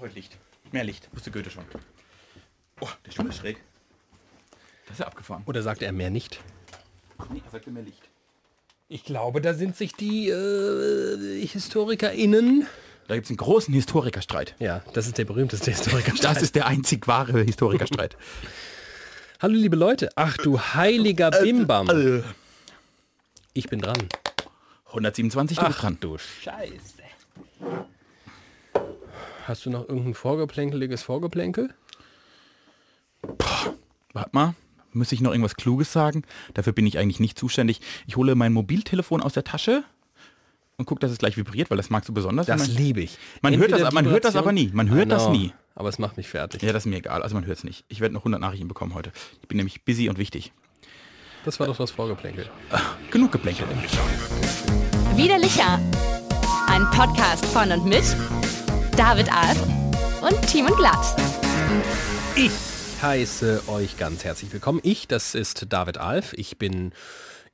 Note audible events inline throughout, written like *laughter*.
heute Licht. Mehr Licht. Wusste Goethe schon. Oh, der Stuhl ist schräg. Das ist ja abgefahren. Oder sagt er mehr nicht? Nee, er sagte mehr Licht. Ich glaube, da sind sich die äh, HistorikerInnen. Da gibt es einen großen Historikerstreit. Ja, das ist der berühmteste Historiker. *laughs* Das ist der einzig wahre *laughs* Historikerstreit. Hallo, liebe Leute. Ach du heiliger Äh, Bimbam. Also, Ich bin dran. 127 Ach, dran. du Scheiße. Hast du noch irgendein vorgeplänkeliges Vorgeplänkel? Warte mal, müsste ich noch irgendwas Kluges sagen? Dafür bin ich eigentlich nicht zuständig. Ich hole mein Mobiltelefon aus der Tasche und gucke, dass es gleich vibriert, weil das magst du besonders. wenn man, liebe ich. man hört das- man hört das aber nie. Man hört das nie. Ah, Aber es macht mich fertig. ja, das ist mir egal. Also man hört es nicht. Ich werde noch 100 Nachrichten bekommen heute. Ich bin nämlich busy und wichtig. Das war doch das Vorgeplänkel. Genug geblänkelt. Widerlicher. Ein Podcast von und mit David Alf und Team und Glatt. Ich heiße euch ganz herzlich willkommen. Ich, das ist David Alf. Ich bin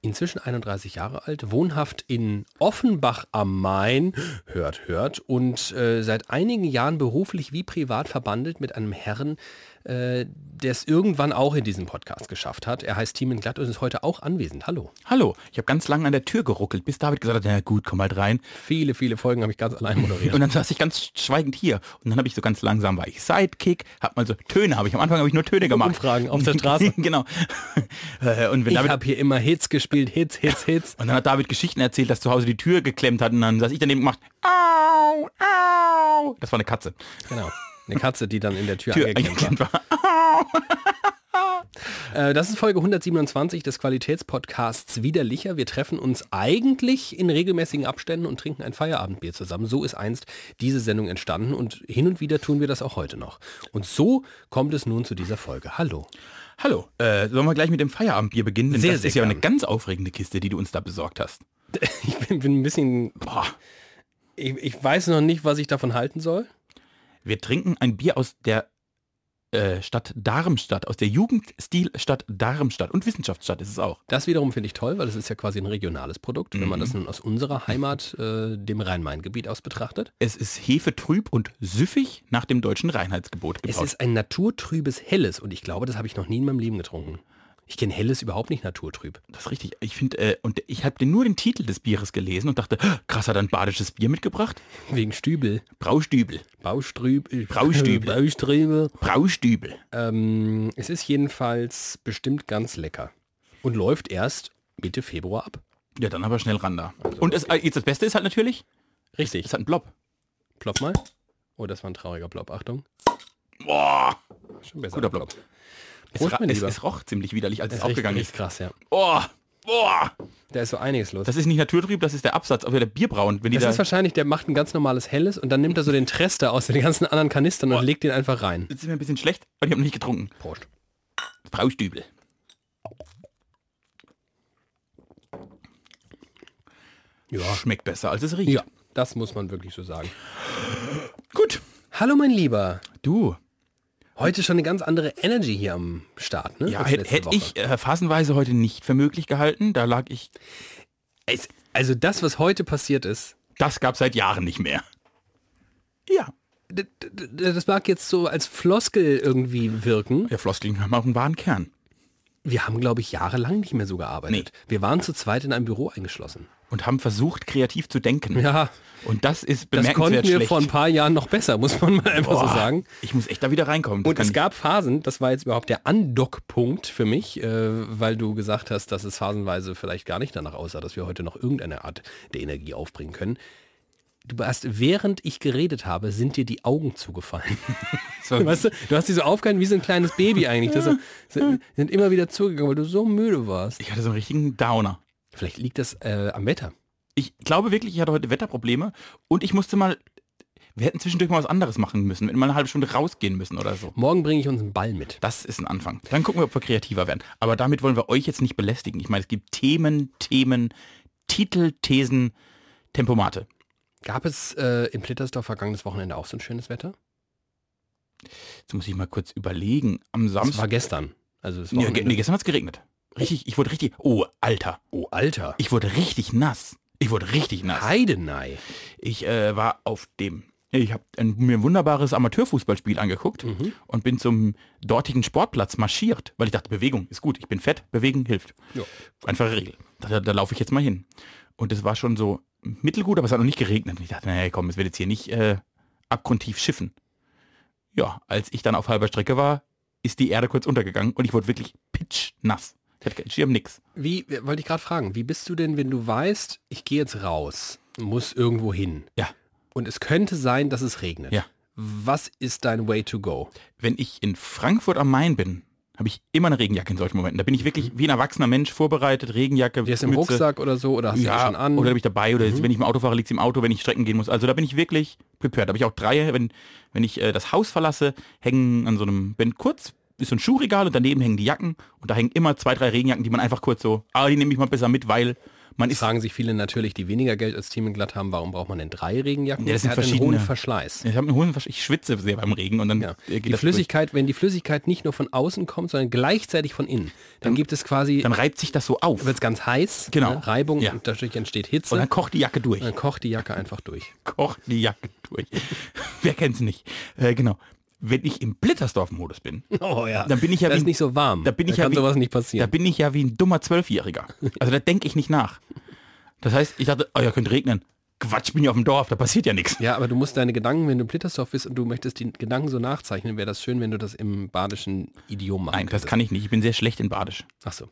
inzwischen 31 Jahre alt, wohnhaft in Offenbach am Main, hört, hört, und äh, seit einigen Jahren beruflich wie privat verbandelt mit einem Herrn, äh, der es irgendwann auch in diesem Podcast geschafft hat. Er heißt Timen Glatt und ist heute auch anwesend. Hallo. Hallo, ich habe ganz lange an der Tür geruckelt, bis David gesagt hat, na gut, komm halt rein. Viele, viele Folgen habe ich ganz allein moderiert. Und dann saß ich ganz schweigend hier. Und dann habe ich so ganz langsam, war ich Sidekick, hab mal so Töne, habe ich am Anfang habe ich nur Töne gemacht. Umfragen auf der Straße. *laughs* genau. Äh, Und wenn Ich David habe hier immer Hits gespielt, Hits, Hits, Hits. Und dann hat David Geschichten erzählt, dass zu Hause die Tür geklemmt hat und dann saß ich daneben und gemacht, au, au. Das war eine Katze. Genau. Eine Katze, die dann in der Tür, Tür eingeklemmt war. eingeklemmt war. Äh, Das ist Folge 127 des Qualitätspodcasts Widerlicher. Wir treffen uns eigentlich in regelmäßigen Abständen und trinken ein Feierabendbier zusammen. So ist einst diese Sendung entstanden und hin und wieder tun wir das auch heute noch. Und so kommt es nun zu dieser Folge. Hallo. Hallo, äh, sollen wir gleich mit dem Feierabendbier beginnen? Denn Sehr, das sehr ist ja gern. eine ganz aufregende Kiste, die du uns da besorgt hast. Ich bin, bin ein bisschen... Boah, Ich, ich weiß noch nicht, was ich davon halten soll. wir trinken ein Bier aus der äh, Stadt Darmstadt, aus der Jugendstilstadt Darmstadt und Wissenschaftsstadt ist es auch. Das wiederum finde ich toll, weil es ist ja quasi ein regionales Produkt, wenn man das nun aus unserer Heimat, äh, dem Rhein-Main-Gebiet aus betrachtet. Es ist hefetrüb und süffig nach dem deutschen Reinheitsgebot Es gebraut. ist ein naturtrübes Helles und ich glaube, das habe ich noch nie in meinem Leben getrunken. Ich kenne Helles überhaupt nicht naturtrüb. *laughs* Das ist richtig. Ich finde, äh, und ich habe nur den Titel des Bieres gelesen und dachte, "Ah, krass, hat er ein badisches Bier mitgebracht? Wegen Stübel. Braustübel. *laughs* Baustrübel. Braustübel. Baustrübel. Braustübel. Ähm, es ist jedenfalls bestimmt ganz lecker. Und läuft erst Mitte Februar ab. Ja, dann aber schnell ran da. Also und es, äh, jetzt das Beste ist halt natürlich, Richtig. es hat einen Blob. Plopp mal. Oh, das war ein trauriger Plopp. Achtung. Boah, Schon besser. guter Blob. Es, Prost, ra- mein es, Lieber. es roch ziemlich widerlich, als es, Das ist aufgegangen richtig ist. krass, ja. Boah, boah. Da ist so einiges los. Das, Das ist nicht Naturtrieb, das ist der Absatz, aber der Bierbrauen. Wenn die ist da, wahrscheinlich, der macht ein ganz normales Helles und dann nimmt er so den Trester aus den ganzen anderen Kanistern und legt den einfach rein. jetzt ist mir ein bisschen schlecht, aber ich habe noch nicht getrunken. Prost. Braustübel. Ja. Schmeckt besser, als es riecht. Ja, das muss man wirklich so sagen. Gut. Hallo, mein Lieber. Du, Heute schon eine ganz andere Energy hier am Start, ne? ja, als hätte letzte hätt Woche. ich äh, phasenweise heute nicht für möglich gehalten. Da lag ich, Es, also das, was heute passiert ist, das gab seit Jahren nicht mehr. Ja. d- d- d- das mag jetzt so als Floskel irgendwie wirken. Der Floskeln haben auch einen wahren Kern. Wir haben, glaube ich, jahrelang nicht mehr so gearbeitet. Wir waren zu zweit in einem Büro eingeschlossen. Und haben versucht, kreativ zu denken. Ja, Und das ist das bemerkenswert konnten wir schlecht. vor ein paar Jahren noch besser, muss man mal einfach so Boah, sagen. Ich muss echt da wieder reinkommen. Das Und kann es ich- gab Phasen, das war jetzt überhaupt der Andockpunkt für mich, äh, weil du gesagt hast, dass es phasenweise vielleicht gar nicht danach aussah, dass wir heute noch irgendeine Art der Energie aufbringen können. Du hast, während ich geredet habe, sind dir die Augen zugefallen. *laughs* So, Weißt du, du hast die so aufgehalten wie so ein kleines Baby eigentlich. Das so, sind, sind immer wieder zugegangen, weil du so müde warst. ich hatte so einen richtigen Downer. Vielleicht liegt das äh, am Wetter. Ich glaube wirklich, ich hatte heute Wetterprobleme und ich musste mal. Wir hätten zwischendurch mal was anderes machen müssen, mal eine halbe Stunde rausgehen müssen oder so. Morgen bringe ich uns einen Ball mit. Das ist ein Anfang. Dann gucken wir, ob wir kreativer werden. Aber damit wollen wir euch jetzt nicht belästigen. Ich meine, es gibt Themen, Themen, Titel, Thesen, Tempomate. Gab es äh, in Plittersdorf vergangenes Wochenende auch so ein schönes Wetter? Jetzt muss ich mal kurz überlegen. Am Das war Samstag. gestern. Also es Ja, ge- nee, Wochenende- gestern hat es geregnet. Richtig, ich wurde richtig. Oh, Alter. Oh, Alter. Ich wurde richtig nass. Ich wurde richtig nass. Heidenei. Ich äh, war auf dem Ich habe mir ein wunderbares Amateurfußballspiel angeguckt Mhm. und bin zum dortigen Sportplatz marschiert, weil ich dachte, Bewegung ist gut, ich bin fett, bewegen hilft. Ja. Einfache Regel. Da, da, da laufe ich jetzt mal hin. Und es war schon so mittelgut, aber es hat noch nicht geregnet. Und ich dachte, naja, komm, es wird jetzt hier nicht äh, abgrundtief schiffen. Ja, als ich dann auf halber Strecke war, ist die Erde kurz untergegangen und ich wurde wirklich pitschnass. Ich hatte keinen Schirm, nix. Wie, wollte ich gerade fragen, wie bist du denn, wenn du weißt, ich gehe jetzt raus, muss irgendwo hin Ja. und es könnte sein, dass es regnet? Ja. Was ist dein Way to go? wenn ich in Frankfurt am Main bin, habe ich immer eine Regenjacke in solchen Momenten. Da bin ich wirklich wie ein erwachsener Mensch vorbereitet, Regenjacke, Der ist im Mütze. Rucksack oder so oder hast du die ja, schon an? Mhm. oder bin ich dabei oder wenn ich im Auto fahre, liegt es im Auto, wenn ich Strecken gehen muss. Also da bin ich wirklich prepared. Da habe ich auch drei, wenn, wenn ich äh, das Haus verlasse, hängen an so einem, wenn kurz ist so ein Schuhregal und daneben hängen die Jacken und da hängen immer zwei, drei Regenjacken, die man einfach kurz so, ah, die nehme ich mal besser mit, weil man ist, fragen sich viele natürlich, die weniger Geld als Team in Glatt haben, warum braucht man denn drei Regenjacken? Ja, das sind Er hat einen hohen verschiedene. Verschleiß. ich habe einen hohen Versch- ich schwitze sehr beim Regen und dann Ja. äh, geht Die das durch. Flüssigkeit, wenn die Flüssigkeit nicht nur von außen kommt, sondern gleichzeitig von innen, dann, gibt es quasi, dann wird reibt sich das so auf es ganz heiß, Genau. ne? Reibung Ja. und dadurch entsteht Hitze und dann und kocht die Jacke durch. dann kocht die Jacke einfach durch. koch die Jacke durch. *laughs* Wer kennt's nicht? Äh, genau. Wenn ich im Blittersdorf-Modus bin, *laughs* Oh ja. Dann bin ich ja das wie- ist nicht so warm. da bin ich ja kann wie- sowas nicht da passieren. bin ich ja wie ein dummer Zwölfjähriger. Also da denke ich nicht nach. Das heißt, ich dachte, oh ja, könnte regnen. Quatsch, ich bin ja auf dem Dorf, da passiert ja nichts. Ja, aber du musst deine Gedanken, wenn du Blittersdorf bist und du möchtest die Gedanken so nachzeichnen, wäre das schön, wenn du das im badischen Idiom machen Nein, das kann ich nicht. Ich bin sehr schlecht in Badisch. Ach so.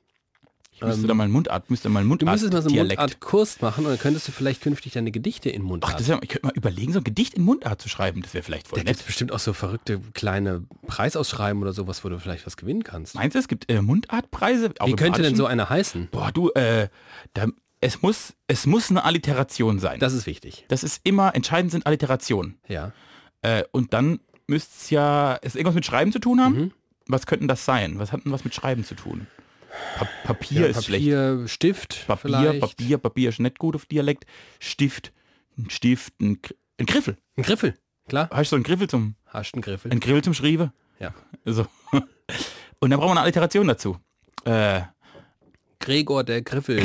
Ich müsste da mal einen Mundart, müsste mal einen Ähm, Du Mundart, müsstest mal so einen Dialekt. Mundartkurs machen und dann könntest du vielleicht künftig deine Gedichte in Mundart. Ach, das ist ja, ich könnte mal überlegen, so ein Gedicht in Mundart zu schreiben. Das wäre vielleicht voll da gibt es nett. bestimmt auch so verrückte kleine Preisausschreiben oder sowas, wo du vielleicht was gewinnen kannst. Meinst du, es gibt äh, Mundartpreise? Auch Wie im könnte denn Badischen? so eine heißen? Boah, du, äh, da, es, muss, es muss eine Alliteration sein. Das ist wichtig. das ist immer, entscheidend sind Alliterationen. Ja. Äh, und dann müsste es ja es irgendwas mit Schreiben zu tun haben. Mhm. Was könnten das sein? Was hat denn was mit Schreiben zu tun? Pa Papier ja ist schlecht. Papier, Stift, Papier, vielleicht. Papier, Papier ist nicht gut auf Dialekt. Stift, ein Stift, ein, Gr- ein Griffel. Ein Griffel, klar. Hast du so einen Griffel zum, Hast einen Griffel. ein Griffel zum Schreiben? Ja. So. *laughs* Und dann brauchen wir eine Alliteration dazu. Äh, Gregor *laughs* der Griffel. *laughs*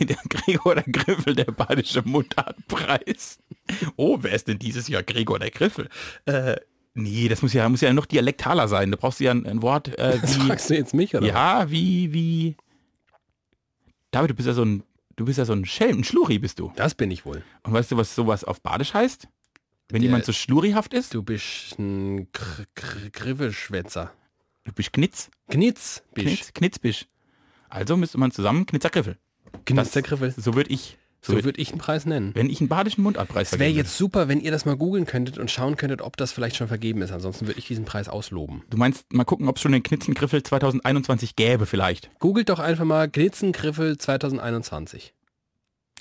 der Gregor der Griffel, der badische Mundartpreis. Oh, wer ist denn dieses Jahr Gregor der Griffel? Äh, nee, das muss ja, muss ja noch dialektaler sein. Da brauchst du ja ein, ein Wort äh, *laughs* Das wie, fragst du jetzt mich, oder? Ja, wie, wie. David, du bist ja so ein, du bist ja so ein Schelm, ein Schluri bist du. Das bin ich wohl. Und weißt du, was sowas auf Badisch heißt? Wenn Der- jemand so schlurihaft ist? Du bist ein Gr Gr Griffelschwätzer. Du bist Knitz, Knitz bist. Knitz, Knitzbisch. Also müsste man zusammen Knitzergriffel. Knitz der Griffel. So würde ich, so So würd, würde ich einen Preis nennen. wenn ich einen badischen Mundartpreis Es wäre vergeben würde. jetzt super, wenn ihr das mal googeln könntet und schauen könntet, ob das vielleicht schon vergeben ist. Ansonsten würde ich diesen Preis ausloben. Du meinst, mal gucken, ob es schon den Knitzengriffel 2021 gäbe vielleicht. Googelt doch einfach mal Glitzengriffel 2021.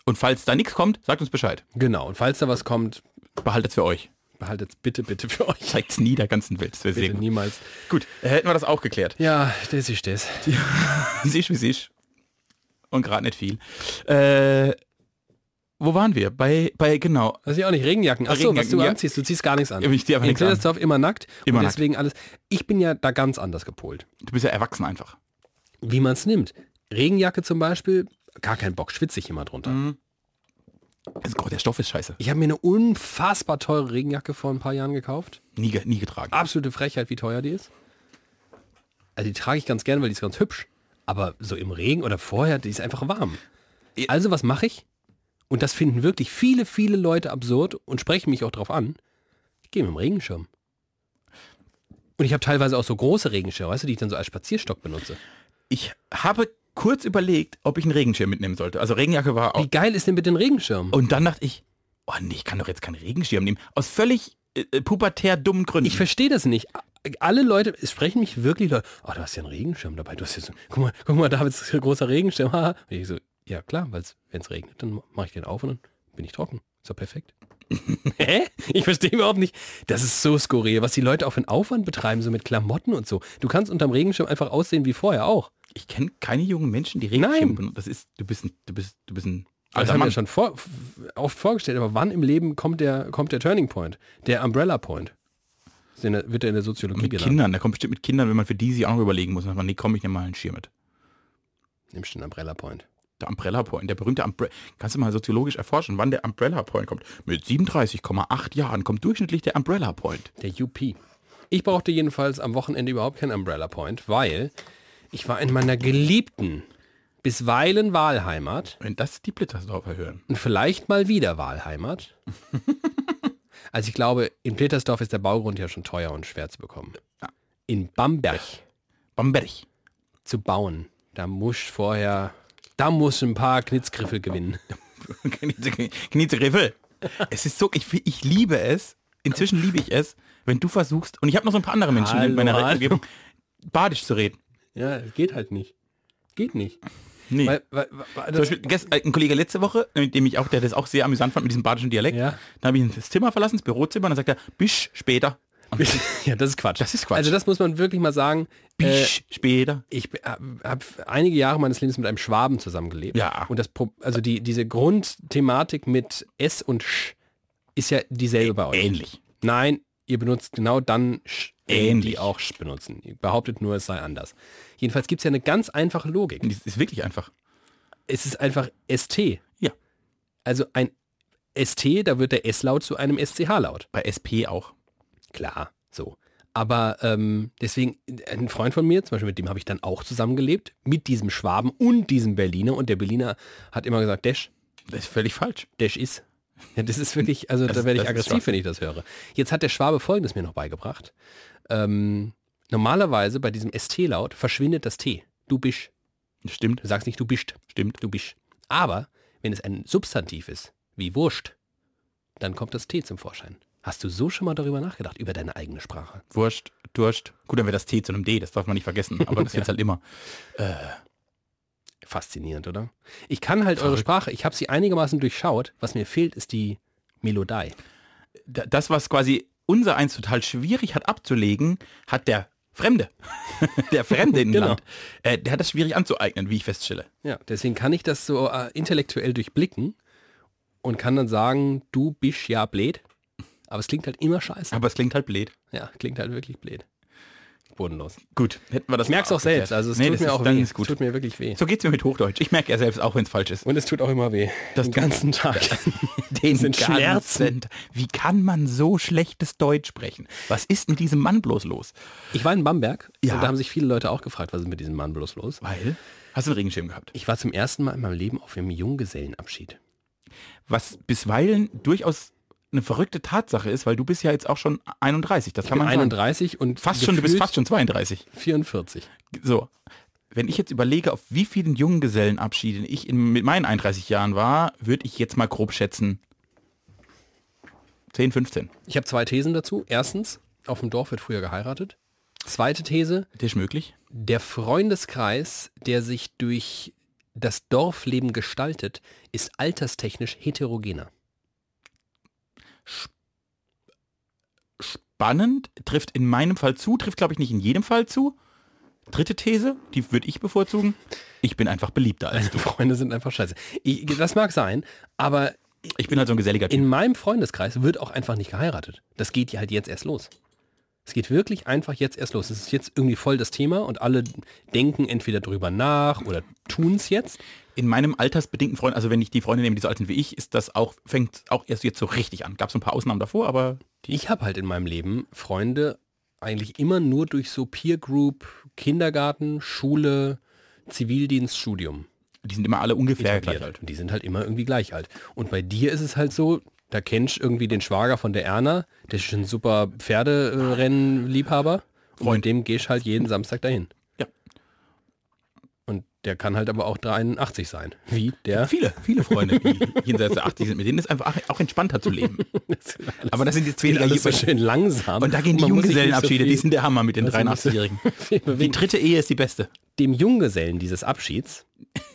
Und falls da nichts kommt, sagt uns Bescheid. Genau. Und falls da was kommt, Behaltet es für euch. behaltet es bitte, bitte für euch. Zeigt es nie der ganzen Welt. Das wäre sehr Bitte gut. niemals. Gut, äh, hätten wir das auch geklärt. *laughs* Ja, das ist das. Sisch wie sisch. Und gerade nicht viel. Äh, wo waren wir? Bei, bei genau. Das sind ja auch nicht Regenjacken. Achso, was Regenjacken, du ja. anziehst, du ziehst gar nichts an. Ich zieh einfach In nichts an. Kletterdorf immer nackt. Immer und nackt. deswegen alles. Ich bin ja da ganz anders gepolt. Du bist ja erwachsen einfach. Wie man es nimmt. Regenjacke zum Beispiel, gar kein Bock, schwitze ich immer drunter. Also, Gott, der Stoff ist scheiße. Ich habe mir eine unfassbar teure Regenjacke vor ein paar Jahren gekauft. Nie, ge- nie getragen. Absolute Frechheit, wie teuer die ist. Also die trage ich ganz gerne, weil die ist ganz hübsch. Aber so im Regen oder vorher, die ist einfach warm. Also was mache ich? Und das finden wirklich viele, viele Leute absurd und sprechen mich auch drauf an. Ich gehe mit dem Regenschirm. Und ich habe teilweise auch so große Regenschirme, weißt du, die ich dann so als Spazierstock benutze. Ich habe kurz überlegt, ob ich einen Regenschirm mitnehmen sollte. Also Regenjacke war auch. Wie geil ist denn bitte ein Regenschirm? Und dann dachte ich, oh nee, ich kann doch jetzt keinen Regenschirm nehmen. Aus völlig äh, äh, pubertär dummen Gründen. Ich verstehe das nicht. Alle Leute, es sprechen mich wirklich Leute, oh, du hast ja einen Regenschirm dabei. Du hast ja so, guck mal, guck mal, David ist ein großer Regenschirm. haha. Und ich so, ja klar, weil wenn es regnet, dann mache ich den auf und dann bin ich trocken. Ist doch perfekt. *laughs* Hä? Ich verstehe überhaupt nicht. Das ist so skurril, was die Leute auch für einen Aufwand betreiben, so mit Klamotten und so. Du kannst unterm Regenschirm einfach aussehen wie vorher auch. ich kenne keine jungen Menschen, die Regenschirme Nein. benutzen. Das ist, du bist ein, du bist, du bist ein alter Also haben wir Mann. schon vor, f- oft vorgestellt, aber wann im Leben kommt der, kommt der Turning Point? Der Umbrella Point. Ist in der- Wird er in der Soziologie Mit genannt. Kindern, da kommt bestimmt mit Kindern, wenn man für die sich auch noch überlegen muss. Dann sagt man, nee, komm, ich nehme mal einen Schirm mit. Nimmst du den Umbrella Point. Der Umbrella Point, der berühmte Umbrella. Kannst du mal soziologisch erforschen, wann der Umbrella Point kommt? Mit 37,8 Jahren kommt durchschnittlich der Umbrella Point. Der UP. Ich brauchte jedenfalls am Wochenende überhaupt keinen Umbrella Point, weil ich war in meiner geliebten, bisweilen Wahlheimat Wenn das die Blittersdorfer hören. und vielleicht mal wieder *laughs* Wahlheimat. also ich glaube, in Petersdorf ist der Baugrund ja schon teuer und schwer zu bekommen. In Bamberg Bamberg. *laughs* zu bauen, da muss vorher, da muss ein paar Knitzgriffel gewinnen. Knieteriffel. Es ist so, ich, ich liebe es. Inzwischen liebe ich es, wenn du versuchst, und ich habe noch so ein paar andere Menschen in Hallo, meiner hallo. Umgebung, badisch zu reden. Ja, geht halt nicht. Geht *laughs* nicht. Nee. Weil, weil, weil, Zum Beispiel gest, äh, ein Kollege letzte Woche, mit dem ich auch, der das auch sehr amüsant fand mit diesem badischen Dialekt, Ja. dann habe ich das Zimmer verlassen, das Bürozimmer, und dann sagt er, bisch später. Und ich, *laughs* ja, das ist Quatsch. Das ist Quatsch. Also das muss man wirklich mal sagen. Äh, bisch später. ich habe einige Jahre meines Lebens mit einem Schwaben zusammengelebt. Ja. Und das, Pro- also die, diese Grundthematik mit S und Sch ist ja dieselbe bei euch. Ähnlich. Nein, ihr benutzt genau dann Sch, wenn Ähnlich. die auch Sch benutzen. Ihr behauptet nur, es sei anders. Jedenfalls gibt es ja eine ganz einfache Logik. Und Das ist wirklich einfach. Es ist einfach ST. Ja. Also ein ST, da wird der S-Laut zu einem SCH-Laut. Bei SP auch. Klar, so. Aber ähm, deswegen, ein Freund von mir, zum Beispiel mit dem habe ich dann auch zusammengelebt, mit diesem Schwaben und diesem Berliner. Und der Berliner hat immer gesagt, Dash, Das ist völlig falsch. Dash ist. Ja, das ist wirklich, also da ist- werde ich das ist aggressiv, schwach. wenn ich das höre. Jetzt hat der Schwabe Folgendes mir noch beigebracht. Ähm, normalerweise bei diesem ST-Laut verschwindet das T. Du bist. Stimmt, Du sagst nicht, du bist. stimmt. Du bist. Aber wenn es ein Substantiv ist, wie Wurst, dann kommt das T zum Vorschein. Hast du so schon mal darüber nachgedacht, über deine eigene Sprache? Wurst, Durst. Gut, dann wäre das T zu einem D, das darf man nicht vergessen, aber *laughs* das jetzt halt immer. Faszinierend, oder? Ich kann halt eure Sprache, ich habe sie einigermaßen durchschaut. Was mir fehlt, ist die Melodei. da- das, was quasi unser eins total schwierig hat abzulegen, hat der Fremde. *laughs* der Fremde im Genau. Land. Äh, der hat das schwierig anzueignen, wie ich feststelle. Ja, deswegen kann ich das so äh, intellektuell durchblicken und kann dann sagen, du bist ja blöd. Aber es klingt halt immer scheiße. Aber es klingt halt blöd. Ja, klingt halt wirklich blöd. Bodenlos. Gut, hätten wir das Ich merke es mal auch selbst. abgeklärt. Also es Ah, Nee, tut das mir ist, auch dann weh. Ist Es gut. tut mir wirklich weh. So geht es mir mit Hochdeutsch. Ich merke ja selbst auch, wenn es *laughs* falsch ist. Und es tut auch immer weh. Den *laughs* ganzen Tag. Den sind ganzen- Schmerzen. Wie kann man so schlechtes Deutsch sprechen? Was ist mit diesem Mann bloß los? Ich war in Bamberg Ja. und da haben sich viele Leute auch gefragt, was ist mit diesem Mann bloß los? Weil? Hast du einen Regenschirm gehabt? Ich war zum ersten Mal in meinem Leben auf einem Junggesellenabschied. Was bisweilen durchaus eine verrückte Tatsache ist, weil du bist ja jetzt auch schon 31. Das kann Ich bin man sagen. 31 und Fast schon, du bist gefühlt fast schon 32. 44. so, wenn ich jetzt überlege, auf wie vielen Junggesellenabschieden ich in, mit meinen 31 Jahren war, würde ich jetzt mal grob schätzen 10, 15. Ich habe zwei Thesen dazu. Erstens, auf dem Dorf wird früher geheiratet. Zweite These, Das ist möglich. der Freundeskreis, der sich durch das Dorfleben gestaltet, ist alterstechnisch heterogener. Spannend, trifft in meinem Fall zu, trifft glaube ich nicht in jedem Fall zu. Dritte These, die würde ich bevorzugen. Ich bin einfach beliebter als *laughs* du. Also Freunde sind einfach scheiße. Ich, das mag sein, aber Ich bin halt so ein geselliger Typ. in meinem Freundeskreis wird auch einfach nicht geheiratet. Das geht ja halt jetzt erst los. Es geht wirklich einfach jetzt erst los. Es ist jetzt irgendwie voll das Thema und alle denken entweder drüber nach oder tun es jetzt. In meinem altersbedingten Freund, also wenn ich die Freunde nehme, die so alt sind wie ich, ist das auch, fängt auch erst jetzt so richtig an. Gab es ein paar Ausnahmen davor, aber Ich habe halt in meinem Leben Freunde eigentlich immer nur durch so Peer Group, Kindergarten, Schule, Zivildienst, Studium. die sind immer alle ungefähr gleich etabliert. alt. Und die sind halt immer irgendwie gleich alt. Und bei dir ist es halt so, da kennst du irgendwie den Schwager von der Erna, der ist ein super Pferderennenliebhaber. Und mit dem gehst halt jeden Samstag dahin. Ja. Und der kann halt aber auch 83 sein. Wie *laughs* der? Viele, viele Freunde, *laughs* die jenseits der 80 sind, mit denen ist einfach auch entspannter zu leben. Aber das sind jetzt Geht weniger alles so hier- schön langsam. Und da gehen die man muss sich nicht Junggesellenabschiede, so die viel- sind der Hammer mit den Lass uns nicht 83-Jährigen. viel Die bewegen. dritte Ehe ist die beste. Dem Junggesellen dieses Abschieds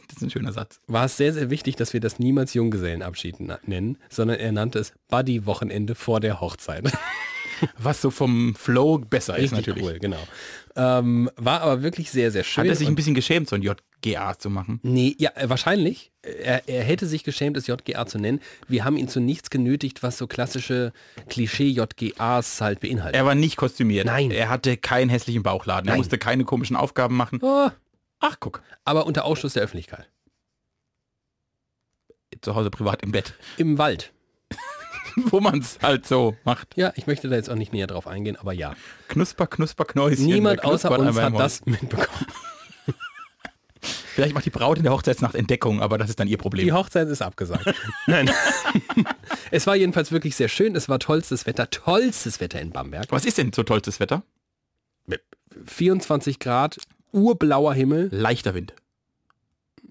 Das ist ein schöner Satz. war es sehr, sehr wichtig, dass wir das niemals Junggesellenabschied na- nennen, sondern er nannte es Buddy-Wochenende vor der Hochzeit. Was so vom Flow besser ist Richtig natürlich. cool, genau. Ähm, war aber wirklich sehr, sehr schön. Hat er sich ein und- bisschen geschämt, so ein JGA zu machen? nee, ja, äh, wahrscheinlich. Er, er hätte sich geschämt, es JGA zu nennen. Wir haben ihn zu nichts genötigt, was so klassische Klischee-JGAs halt beinhaltet. Er war nicht kostümiert. Nein. Er hatte keinen hässlichen Bauchladen. Er musste keine komischen Aufgaben machen. Oh, Ach, guck. aber unter Ausschluss der Öffentlichkeit. zu Hause privat im *laughs* Bett, Im Wald. wo man es halt so macht. Ja, ich möchte da jetzt auch nicht näher drauf eingehen, aber ja. Knusper, knusper, Knäuschen. Niemand Wer knuspert außer uns einmal im hat Holz. das mitbekommen. Vielleicht macht die Braut in der Hochzeitsnacht Entdeckung, aber das ist dann ihr Problem. Die Hochzeit ist abgesagt. *laughs* Nein. es war jedenfalls wirklich sehr schön. Es war tollstes Wetter. Tollstes Wetter in Bamberg. Was ist denn so tollstes Wetter? 24 Grad, urblauer Himmel. Leichter Wind.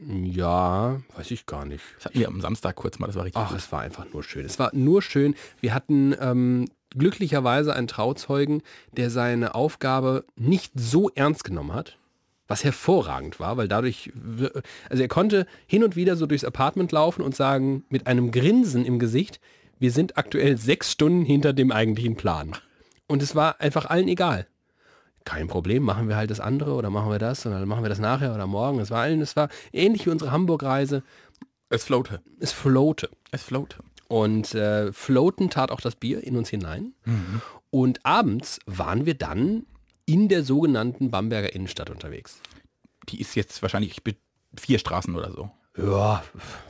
Ja, weiß ich gar nicht. Das hatten wir am Samstag kurz mal, das war richtig. Ach, es war einfach nur schön. Es war nur schön. Wir hatten ähm, glücklicherweise einen Trauzeugen, der seine Aufgabe nicht so ernst genommen hat, was hervorragend war, weil dadurch, wir- also er konnte hin und wieder so durchs Apartment laufen und sagen, mit einem Grinsen im Gesicht, wir sind aktuell sechs Stunden hinter dem eigentlichen Plan. Und es war einfach allen egal. Kein Problem, machen wir halt das andere oder machen wir das oder machen wir das nachher oder morgen. Es war allen, es war ähnlich wie unsere Hamburg-Reise. Es floate. Es floate. Es floate. Und äh, floaten tat auch das Bier in uns hinein. Und abends waren wir dann in der sogenannten Bamberger Innenstadt unterwegs. Die ist jetzt wahrscheinlich ich bin- vier Straßen oder so. Ja, f-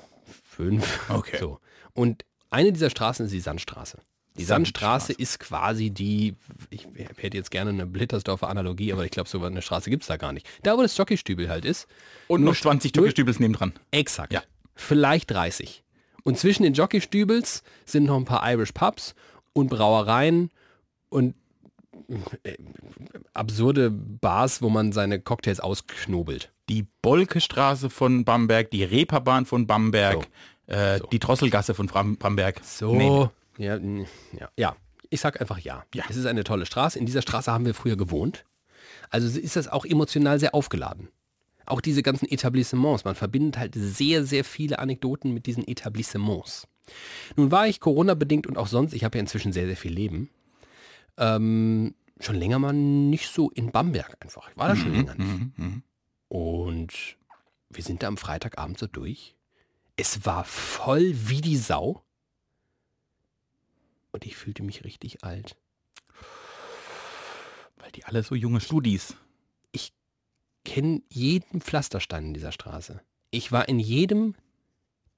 fünf. Okay. So. Und eine dieser Straßen ist die Sandstraße. Die Sandstraße, ist quasi die, ich hätte jetzt gerne eine Blittersdorfer Analogie, aber ich glaube, so eine Straße gibt es da gar nicht. Da, wo das Jockeystübel halt ist, Und noch 20 Türkestübels nebendran. Exakt. Ja. Vielleicht 30. Und zwischen den Jockeystübels sind noch ein paar Irish Pubs und Brauereien und äh, absurde Bars, wo man seine Cocktails ausknobelt. Die Bolkestraße von Bamberg, die Reeperbahn von Bamberg, Äh, die Drosselgasse von Fram Bamberg. Nee, Ja, n- ja, ja. Ich sag einfach ja. Ja. Es ist eine tolle Straße. In dieser Straße haben wir früher gewohnt. Also ist das auch emotional sehr aufgeladen. Auch diese ganzen Etablissements. Man verbindet halt sehr, sehr viele Anekdoten mit diesen Etablissements. Nun war ich Corona-bedingt und auch sonst, ich habe ja inzwischen sehr, sehr viel Leben, ähm, schon länger mal nicht so in Bamberg einfach. Ah, Ich war da Mhm, schon länger nicht. Und wir sind da am Freitagabend so durch. Es war voll wie die Sau. Und ich fühlte mich richtig alt. weil die alle so junge Studis. Kenne jeden Pflasterstein in dieser Straße. Ich war in jedem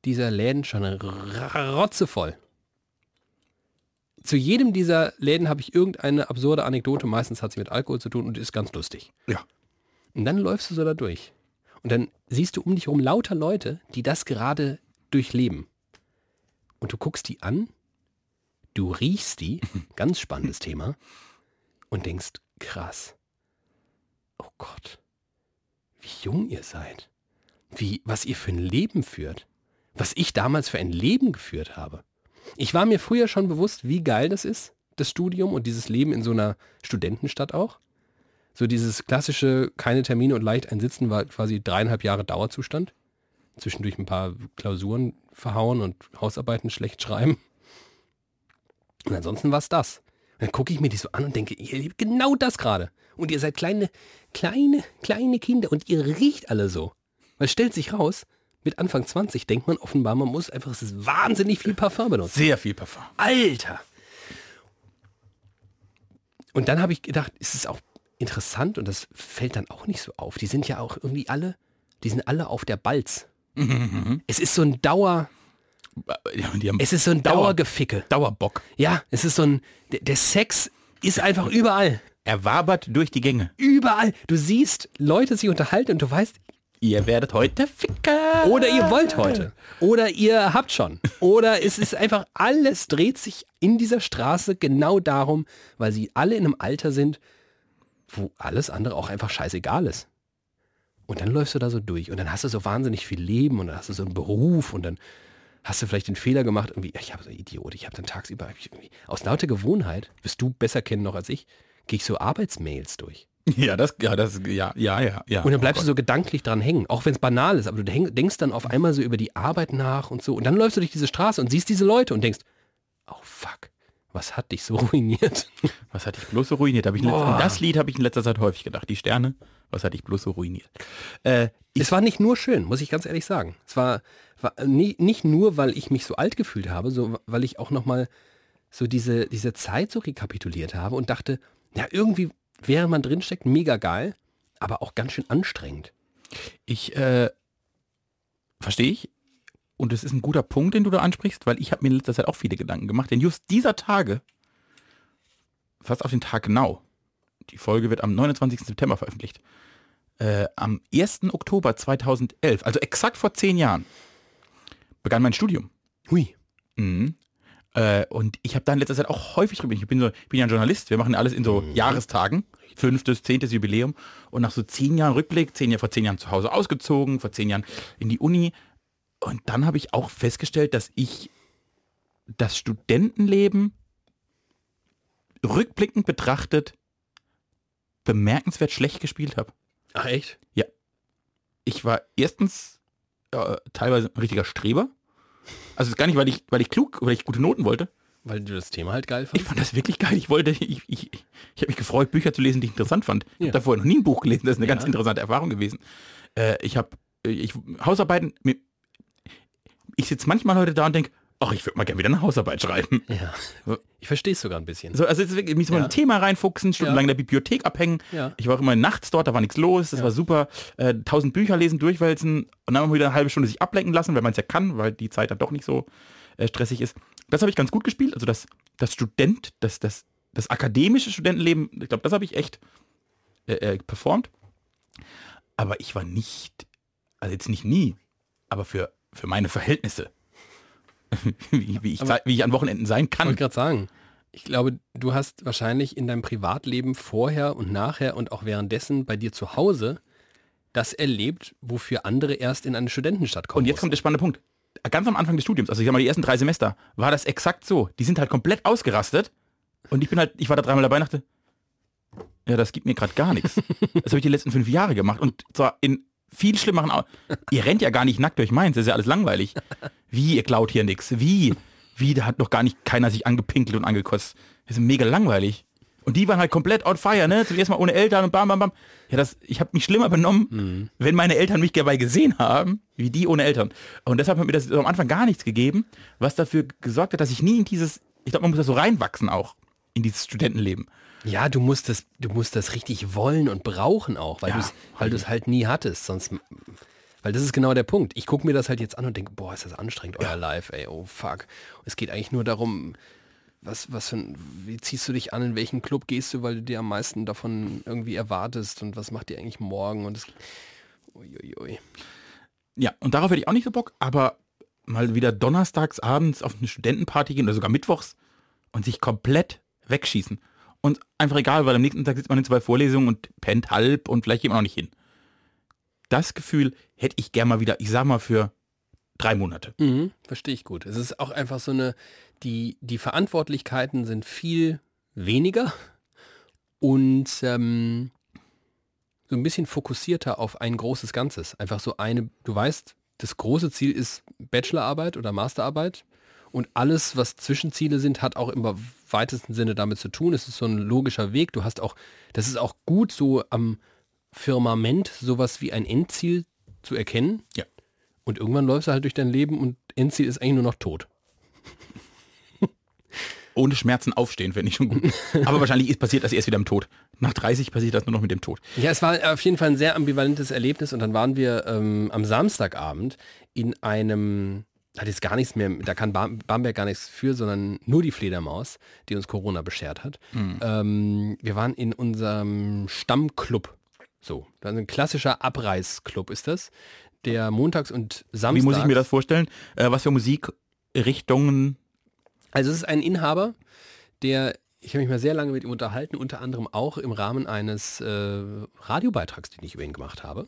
dieser Läden schon r- rotzevoll. Zu jedem dieser Läden habe ich irgendeine absurde Anekdote. Meistens hat sie mit Alkohol zu tun und ist ganz lustig. Ja. Und dann läufst du so da durch. Und dann siehst du um dich herum lauter Leute, die das gerade durchleben. Und du guckst die an, du riechst die, ganz spannendes Thema, und denkst, krass. Oh Gott, wie jung ihr seid. Wie, was ihr für ein Leben führt. Was ich damals für ein Leben geführt habe. Ich war mir früher schon bewusst, wie geil das ist, das Studium und dieses Leben in so einer Studentenstadt auch. So dieses klassische, keine Termine und leicht einsitzen war quasi dreieinhalb Jahre Dauerzustand. Zwischendurch ein paar Klausuren verhauen und Hausarbeiten schlecht schreiben. Und ansonsten war es das. Und dann gucke ich mir die so an und denke, ihr lebt genau das gerade. Und ihr seid kleine, kleine, kleine Kinder und ihr riecht alle so. Weil es stellt sich raus, mit Anfang 20 denkt man offenbar, man muss einfach, es ist wahnsinnig viel Parfum benutzen. Sehr viel Parfum. Alter! Und dann habe ich gedacht, es ist auch interessant und das fällt dann auch nicht so auf. Die sind ja auch irgendwie alle, die sind alle auf der Balz. Es ist so ein Dauer, Äh, Ja, und die haben es ist so ein Dauer. Dauergeficke. Dauerbock. Ja, es ist so ein, der, der Sex ist einfach überall. Er wabert durch die Gänge. Überall. Du siehst Leute sich unterhalten und du weißt, Ihr werdet heute Ficker. oder ihr wollt heute. Oder ihr habt schon. Oder es ist einfach, alles dreht sich in dieser Straße genau darum, weil sie alle in einem Alter sind, wo alles andere auch einfach scheißegal ist. Und dann läufst du da so durch und dann hast du so wahnsinnig viel Leben und dann hast du so einen Beruf und dann hast du vielleicht den Fehler gemacht, irgendwie, ich habe so Idiot, ich habe dann tagsüber, hab ich irgendwie, aus lauter Gewohnheit, wirst du besser kennen noch als ich, gehe ich so Arbeitsmails durch. Ja, das, ja, das, ja, ja, ja, ja. Oh Und dann bleibst du so gedanklich dran hängen, auch wenn es banal ist, aber du häng- denkst dann auf einmal so über die Arbeit nach und so. Und dann läufst du durch diese Straße und siehst diese Leute und denkst, oh fuck, was hat dich so *laughs* ruiniert? Was hatte ich bloß so ruiniert? Hab ich in letzter, Boah. an das Lied habe ich in letzter Zeit häufig gedacht. Die Sterne. Was hatte ich bloß so ruiniert? Äh, es war nicht nur schön, muss ich ganz ehrlich sagen. Es war, war nie, nicht nur, weil ich mich so alt gefühlt habe, so, weil ich auch nochmal so diese, diese Zeit so rekapituliert habe und dachte, ja, irgendwie, während man drinsteckt, mega geil, aber auch ganz schön anstrengend. ich äh, verstehe ich. und es ist ein guter Punkt, den du da ansprichst, weil ich habe mir in letzter Zeit auch viele Gedanken gemacht, denn just dieser Tage, fast auf den Tag genau, die Folge wird am 29. September veröffentlicht, äh, am 1. Oktober 2011, also exakt vor zehn Jahren, begann mein Studium. Hui. Mhm. Äh, und ich habe da in letzter Zeit auch häufig drüber, ich bin, so, ich bin ja ein Journalist, wir machen alles in so Jahrestagen, fünftes, zehntes Jubiläum und nach so zehn Jahren Rückblick, zehn Jahre vor zehn Jahren zu Hause ausgezogen, vor zehn Jahren in die Uni und dann habe ich auch festgestellt, dass ich das Studentenleben rückblickend betrachtet bemerkenswert schlecht gespielt habe. Ach echt? Ich war erstens äh, teilweise ein richtiger Streber. Also gar nicht, weil ich, weil ich klug, weil ich gute Noten wollte, Weil du das Thema halt geil Ich fandest? fand das wirklich geil. Ich wollte, ich, ich, ich habe mich gefreut, Bücher zu lesen, die ich interessant fand. Ich Ja. habe davor noch nie ein Buch gelesen. Das ist eine Ja. ganz interessante Erfahrung gewesen. Äh, ich habe, ich, Hausarbeiten, mir- ich sitze manchmal heute da und denke, ach, ich würde mal gerne wieder eine Hausarbeit schreiben. Ja. Ich verstehe es sogar ein bisschen. So, also jetzt wirklich, mich so mal Ja. ein Thema reinfuchsen, stundenlang in der Bibliothek abhängen. Ja. Ich war auch immer nachts dort, da war nichts los, das war super. Äh, tausend Bücher lesen, durchwälzen und dann mal wieder eine halbe Stunde sich ablenken lassen, weil man es ja kann, weil die Zeit dann doch nicht so äh, stressig ist. Das habe ich ganz gut gespielt. Also das, das Student, das, das, das akademische Studentenleben, ich glaube, das habe ich echt äh, äh, performt. Aber ich war nicht, also jetzt nicht nie, aber für, für meine Verhältnisse, *laughs* wie, wie, ich, Aber- zei- wie ich an Wochenenden sein Ich kann. wollte gerade sagen, ich glaube, du hast wahrscheinlich in deinem Privatleben vorher und nachher und auch währenddessen bei dir zu Hause das erlebt, wofür andere erst in eine Studentenstadt kommen. Und jetzt kommt der spannende Punkt. Ganz am Anfang des Studiums, also ich sag mal die ersten drei Semester, war das exakt so. Die sind halt komplett ausgerastet und ich bin halt, ich war da dreimal dabei und dachte, ja, das gibt mir gerade gar nichts. Das habe ich die letzten fünf Jahre gemacht und zwar in viel schlimmeren Au Ihr rennt ja gar nicht nackt durch Mainz, das ist ja alles langweilig. Wie, ihr klaut hier nichts? Wie? Wie, da hat doch gar nicht keiner sich angepinkelt und angekotzt. Das ist mega langweilig. Und die waren halt komplett on fire, ne? Zum ersten Mal ohne Eltern und bam, bam, bam. Ja, das, ich habe mich schlimmer benommen, wenn meine Eltern mich dabei gesehen haben, wie die ohne Eltern. Und deshalb hat mir das am Anfang gar nichts gegeben, was dafür gesorgt hat, dass ich nie in dieses, ich glaube, man muss da so reinwachsen auch, in dieses Studentenleben. Ja, du musst das, du musst das richtig wollen und brauchen auch, weil Ja, du's- weil du es halt nie hattest. Sonst, weil das ist genau der Punkt. Ich gucke mir das halt jetzt an und denke, boah, ist das anstrengend, euer Life, ey, oh fuck. Es geht eigentlich nur darum, was, was für ein, wie ziehst du dich an, in welchen Club gehst du, weil du dir am meisten davon irgendwie erwartest und was macht ihr eigentlich morgen und es. Uiuiui. Ja, und darauf hätte ich auch nicht so Bock, aber mal wieder donnerstags abends auf eine Studentenparty gehen oder sogar mittwochs und sich komplett wegschießen. Und einfach egal, weil am nächsten Tag sitzt man in zwei Vorlesungen und pennt halb und vielleicht geht man auch nicht hin. Das Gefühl hätte ich gern mal wieder, ich sag mal, für drei Monate. Mhm, verstehe ich gut. Es ist auch einfach so eine, die, die Verantwortlichkeiten sind viel weniger und ähm, so ein bisschen fokussierter auf ein großes Ganzes. Einfach so eine, du weißt, das große Ziel ist Bachelorarbeit oder Masterarbeit und alles, was Zwischenziele sind, hat auch im weitesten Sinne damit zu tun. Es ist so ein logischer Weg. Du hast auch, das ist auch gut, so am Firmament sowas wie ein Endziel zu erkennen. Ja. Und irgendwann läufst du halt durch dein Leben und Endziel ist eigentlich nur noch tot. Ohne Schmerzen aufstehen, finde ich schon gut. Aber wahrscheinlich ist passiert das erst wieder im Tod. Nach 30 passiert das nur noch mit dem Tod. Ja, es war auf jeden Fall ein sehr ambivalentes Erlebnis und dann waren wir ähm, am Samstagabend in einem, hat jetzt gar nichts mehr, da kann Bar- Bamberg gar nichts für, sondern nur die Fledermaus, die uns Corona beschert hat. Mhm. Ähm, wir waren in unserem Stammclub. So, dann ein klassischer Abreißclub ist das, der montags und Wie samstags. muss ich mir das vorstellen? Äh, was für Musikrichtungen? Also es ist ein Inhaber, der, ich habe mich mal sehr lange mit ihm unterhalten, unter anderem auch im Rahmen eines äh, Radiobeitrags, den ich über ihn gemacht habe.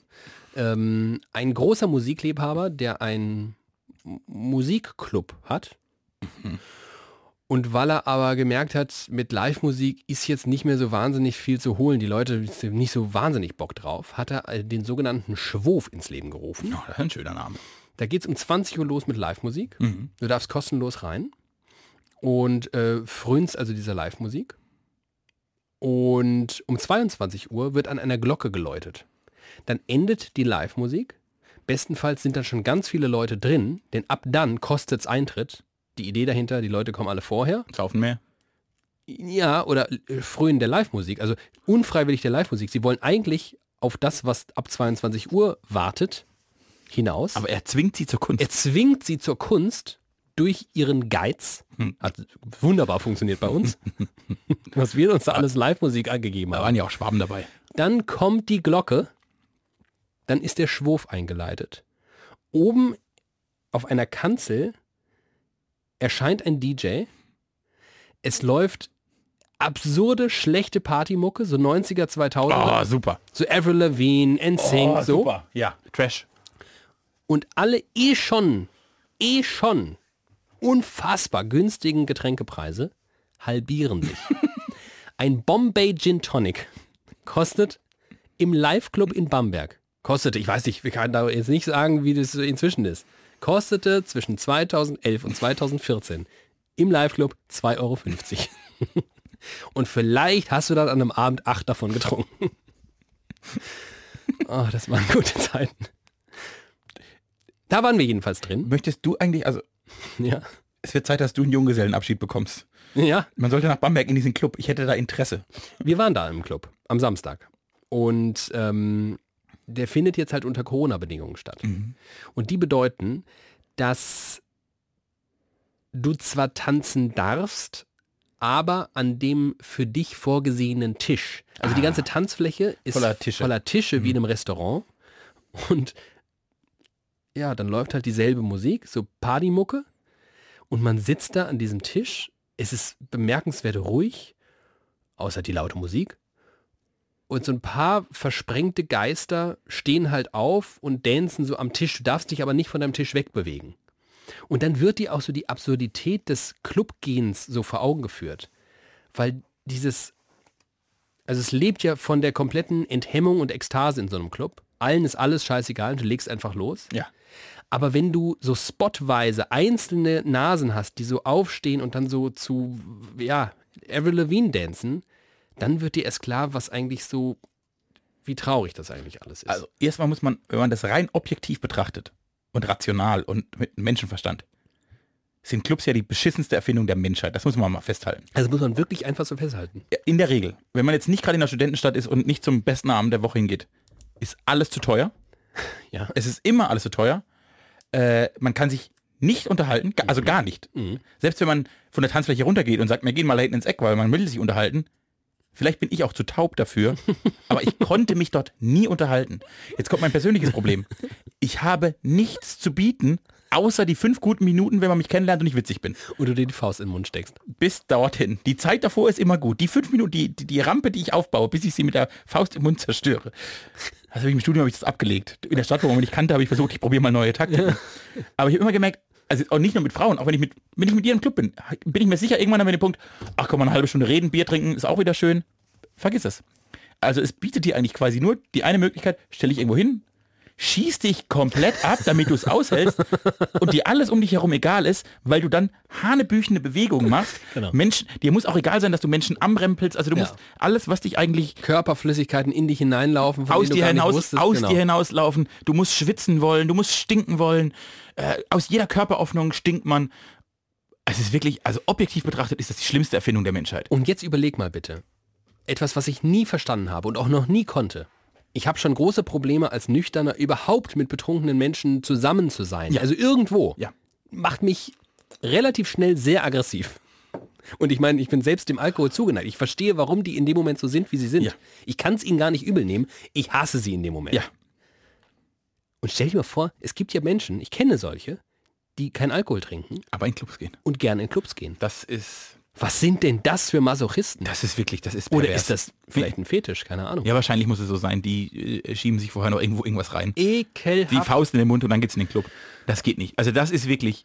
Ähm, ein großer Musikliebhaber, der einen M- Musikclub hat. Und weil er aber gemerkt hat, mit Live-Musik ist jetzt nicht mehr so wahnsinnig viel zu holen, die Leute sind nicht so wahnsinnig Bock drauf, hat er äh, den sogenannten Schwof ins Leben gerufen. Oh, das ist ein schöner Name. Da geht es um 20 Uhr los mit Live-Musik. Mhm. Du darfst kostenlos rein und äh, frönst also dieser Live-Musik. Und um 22 Uhr wird an einer Glocke geläutet. Dann endet die Live-Musik. Bestenfalls sind dann schon ganz viele Leute drin, denn ab dann kostet's Eintritt. Die Idee dahinter, die Leute kommen alle vorher. Saufen mehr? Ja, oder äh, frönen der Live-Musik, also unfreiwillig der Live-Musik. Sie wollen eigentlich auf das, was ab 22 Uhr wartet, hinaus. Aber er zwingt sie zur Kunst. er zwingt sie zur Kunst durch ihren Geiz. Hm. Hat wunderbar funktioniert *laughs* bei uns, was wir uns da alles Live-Musik angegeben da haben. waren ja auch Schwaben dabei. Dann kommt die Glocke, dann ist der Schwurf eingeleitet. Oben auf einer Kanzel erscheint ein DJ. Es läuft absurde, schlechte Partymucke, so 90er, 2000er, Oh, super. Oh, so Avril Lavigne, NSYNC, so. super. Ja, Trash. und alle eh schon, eh schon unfassbar günstigen Getränkepreise halbieren sich. Ein Bombay Gin Tonic kostet im Live-Club in Bamberg, kostete, ich weiß nicht, wir können da jetzt nicht sagen, wie das inzwischen ist, kostete zwischen 2011 und 2014 im Live-Club 2,50 Euro. Und vielleicht hast du dann an einem Abend acht davon getrunken. Oh, das waren gute Zeiten. Da waren wir jedenfalls drin. Möchtest du eigentlich, also Ja. es wird Zeit, dass du einen Junggesellenabschied bekommst. Ja, Man sollte nach Bamberg in diesen Club. Ich hätte da Interesse. wir waren da im Club am Samstag. Und ähm, der findet jetzt halt unter Corona-Bedingungen statt. Mhm. Und die bedeuten, dass du zwar tanzen darfst, aber an dem für dich vorgesehenen Tisch. Also die ganze Tanzfläche ist Ah. Voller Tische. Mhm. voller Tische wie in einem Restaurant. Und ja, dann läuft halt dieselbe Musik, so Partymucke. Und man sitzt da an diesem Tisch. Es ist bemerkenswert ruhig, außer die laute Musik. Und so ein paar versprengte Geister stehen halt auf und dancen so am Tisch. Du darfst dich aber nicht von deinem Tisch wegbewegen. Und dann wird dir auch so die Absurdität des Clubgehens so vor Augen geführt. Weil dieses, also es lebt ja von der kompletten Enthemmung und Ekstase in so einem Club. Allen ist alles scheißegal und du legst einfach los. Ja. Aber wenn du so spotweise einzelne Nasen hast, die so aufstehen und dann so zu, ja, Avril Lavigne dancen, dann wird dir erst klar, was eigentlich so, wie traurig das eigentlich alles ist. Also erstmal muss man, wenn man das rein objektiv betrachtet und rational und mit Menschenverstand, sind Clubs ja die beschissenste Erfindung der Menschheit. Das muss man mal festhalten. also muss man wirklich einfach so festhalten. Ja, In der Regel. Wenn man jetzt nicht gerade in der Studentenstadt ist und nicht zum besten Abend der Woche hingeht, ist alles zu teuer. Ja. Es ist immer alles zu teuer. Äh, man kann sich nicht unterhalten, ga- also gar nicht. Selbst wenn man von der Tanzfläche runtergeht und sagt, wir gehen mal da hinten ins Eck, weil man will sich unterhalten. Vielleicht bin ich auch zu taub dafür, aber ich konnte mich dort nie unterhalten. Jetzt kommt mein persönliches Problem. Ich habe nichts zu bieten, außer die fünf guten Minuten, wenn man mich kennenlernt und ich witzig bin. Und du dir die Faust in den Mund steckst. Bis dorthin. Die Zeit davor ist immer gut. Die fünf Minuten, die, die, die Rampe, die ich aufbaue, bis ich sie mit der Faust im Mund zerstöre. Das habe ich im Studium habe ich das abgelegt. In der Stadt, wo man mich nicht kannte, habe ich versucht, ich probiere mal neue Taktiken. Aber ich habe immer gemerkt, also auch nicht nur mit Frauen, auch wenn ich mit, wenn ich mit ihr im Club bin, bin ich mir sicher, irgendwann haben wir den Punkt, ach komm, mal eine halbe Stunde reden, Bier trinken, ist auch wieder schön. Vergiss es. Also es bietet dir eigentlich quasi nur die eine Möglichkeit, stelle ich irgendwo hin, schieß dich komplett ab, damit du es aushältst und dir alles um dich herum egal ist, weil du dann hanebüchene Bewegungen machst. Genau. Menschen, dir muss auch egal sein, dass du Menschen amrempelst. Also du Ja. musst alles, was dich eigentlich Körperflüssigkeiten in dich hineinlaufen, von aus denen du dir gar nicht hinaus, wusstest. aus genau. dir hinauslaufen. Du musst schwitzen wollen, du musst stinken wollen. Äh, aus jeder Körperöffnung stinkt man. Es ist wirklich, also objektiv betrachtet, ist das die schlimmste Erfindung der Menschheit. Und jetzt überleg mal bitte. Etwas, was ich nie verstanden habe und auch noch nie konnte. Ich habe schon große Probleme als Nüchterner überhaupt mit betrunkenen Menschen zusammen zu sein. Ja. Also irgendwo. Ja. Macht mich relativ schnell sehr aggressiv. Und ich meine, ich bin selbst dem Alkohol zugeneigt. Ich verstehe, warum die in dem Moment so sind, wie sie sind. Ja. Ich kann es ihnen gar nicht übel nehmen. Ich hasse sie in dem Moment. Ja. Und stell dir mal vor, es gibt ja Menschen, ich kenne solche, die keinen Alkohol trinken Aber in Clubs gehen. und gerne in Clubs gehen. Das ist, Was sind denn das für Masochisten? das ist wirklich, das ist Oder pervers. ist das vielleicht ein Fetisch? Keine Ahnung. Ja, wahrscheinlich muss es so sein. Die äh, schieben sich vorher noch irgendwo irgendwas rein. Ekelhaft. Die Faust in den Mund und dann geht's in den Club. Das geht nicht. Also das ist wirklich.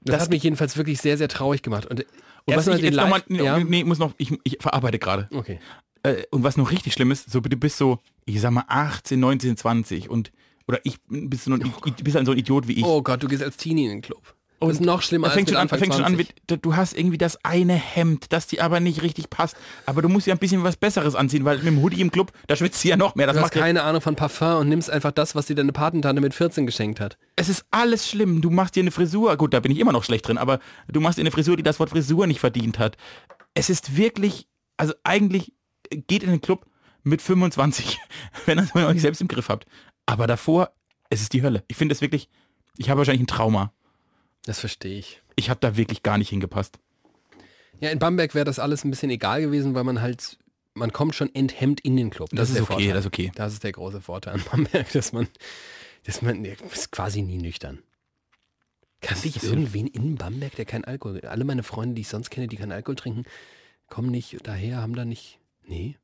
das, das- hat mich jedenfalls wirklich sehr, sehr traurig gemacht. Und, äh, Und was erstmal ich jetzt noch mal, ja? nee, muss noch, ich, ich verarbeite gerade. Okay. äh, und was noch richtig schlimm ist, so du bist so, ich sag mal 18, 19, 20 und oder ich bist so ein, du bist dann so ein Idiot wie ich. Oh Gott, du gehst als Teenie in den Club. Und das ist noch schlimmer das fängt als schon mit an, Anfang fängt schon an 20. mit, du- du hast irgendwie das eine Hemd, das dir aber nicht richtig passt. Aber du musst ja ein bisschen was Besseres anziehen, weil mit dem Hoodie im Club, da schwitzt du ja noch mehr. Das Du hast macht ja, keine Ahnung von Parfum und nimmst einfach das, was dir deine Patentante mit 14 geschenkt hat. es ist alles schlimm. Du machst dir eine Frisur, gut, da bin ich immer noch schlecht drin, aber du machst dir eine Frisur, die das Wort Frisur nicht verdient hat. Es ist wirklich, also eigentlich *laughs* geht in den Club mit 25, wenn ihr es euch selbst im Griff habt. Aber davor Es ist die Hölle. Ich finde es wirklich, ich habe wahrscheinlich ein Trauma. Das verstehe ich. Ich habe da wirklich gar nicht hingepasst. Ja, in Bamberg wäre das alles ein bisschen egal gewesen, weil man halt, man kommt schon enthemmt in den Club. Das ist der okay, Vorteil. das ist okay. Das ist der große Vorteil *laughs* an Bamberg, dass man, dass man ja, ist quasi nie nüchtern. Kannte ich irgendwen in Bamberg, der keinen Alkohol Alle meine Freunde, die ich sonst kenne, die keinen Alkohol trinken, kommen nicht daher, haben da nicht. Nee.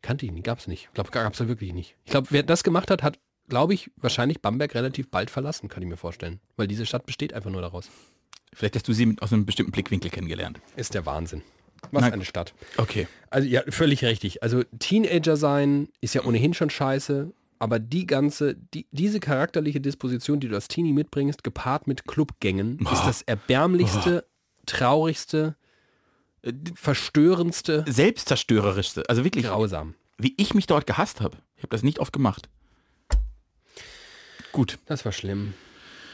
Kannte ich nicht, gab's nicht. Ich glaube, gab's da wirklich nicht. Ich glaube, wer das gemacht hat, hat, glaube ich, wahrscheinlich Bamberg relativ bald verlassen, kann ich mir vorstellen. Weil diese Stadt besteht einfach nur daraus. Vielleicht hast du sie mit- aus einem bestimmten Blickwinkel kennengelernt. Ist der Wahnsinn. Was Nein. eine Stadt. Okay. Also ja, völlig richtig. Also Teenager sein ist ja ohnehin schon scheiße, aber die ganze, die, diese charakterliche Disposition, die du als Teenie mitbringst, gepaart mit Clubgängen, ist das erbärmlichste, traurigste, äh, verstörendste, Selbstzerstörerischste. Also wirklich, grausam. wie ich mich dort gehasst habe. Ich habe das nicht oft gemacht. Gut. Das war schlimm.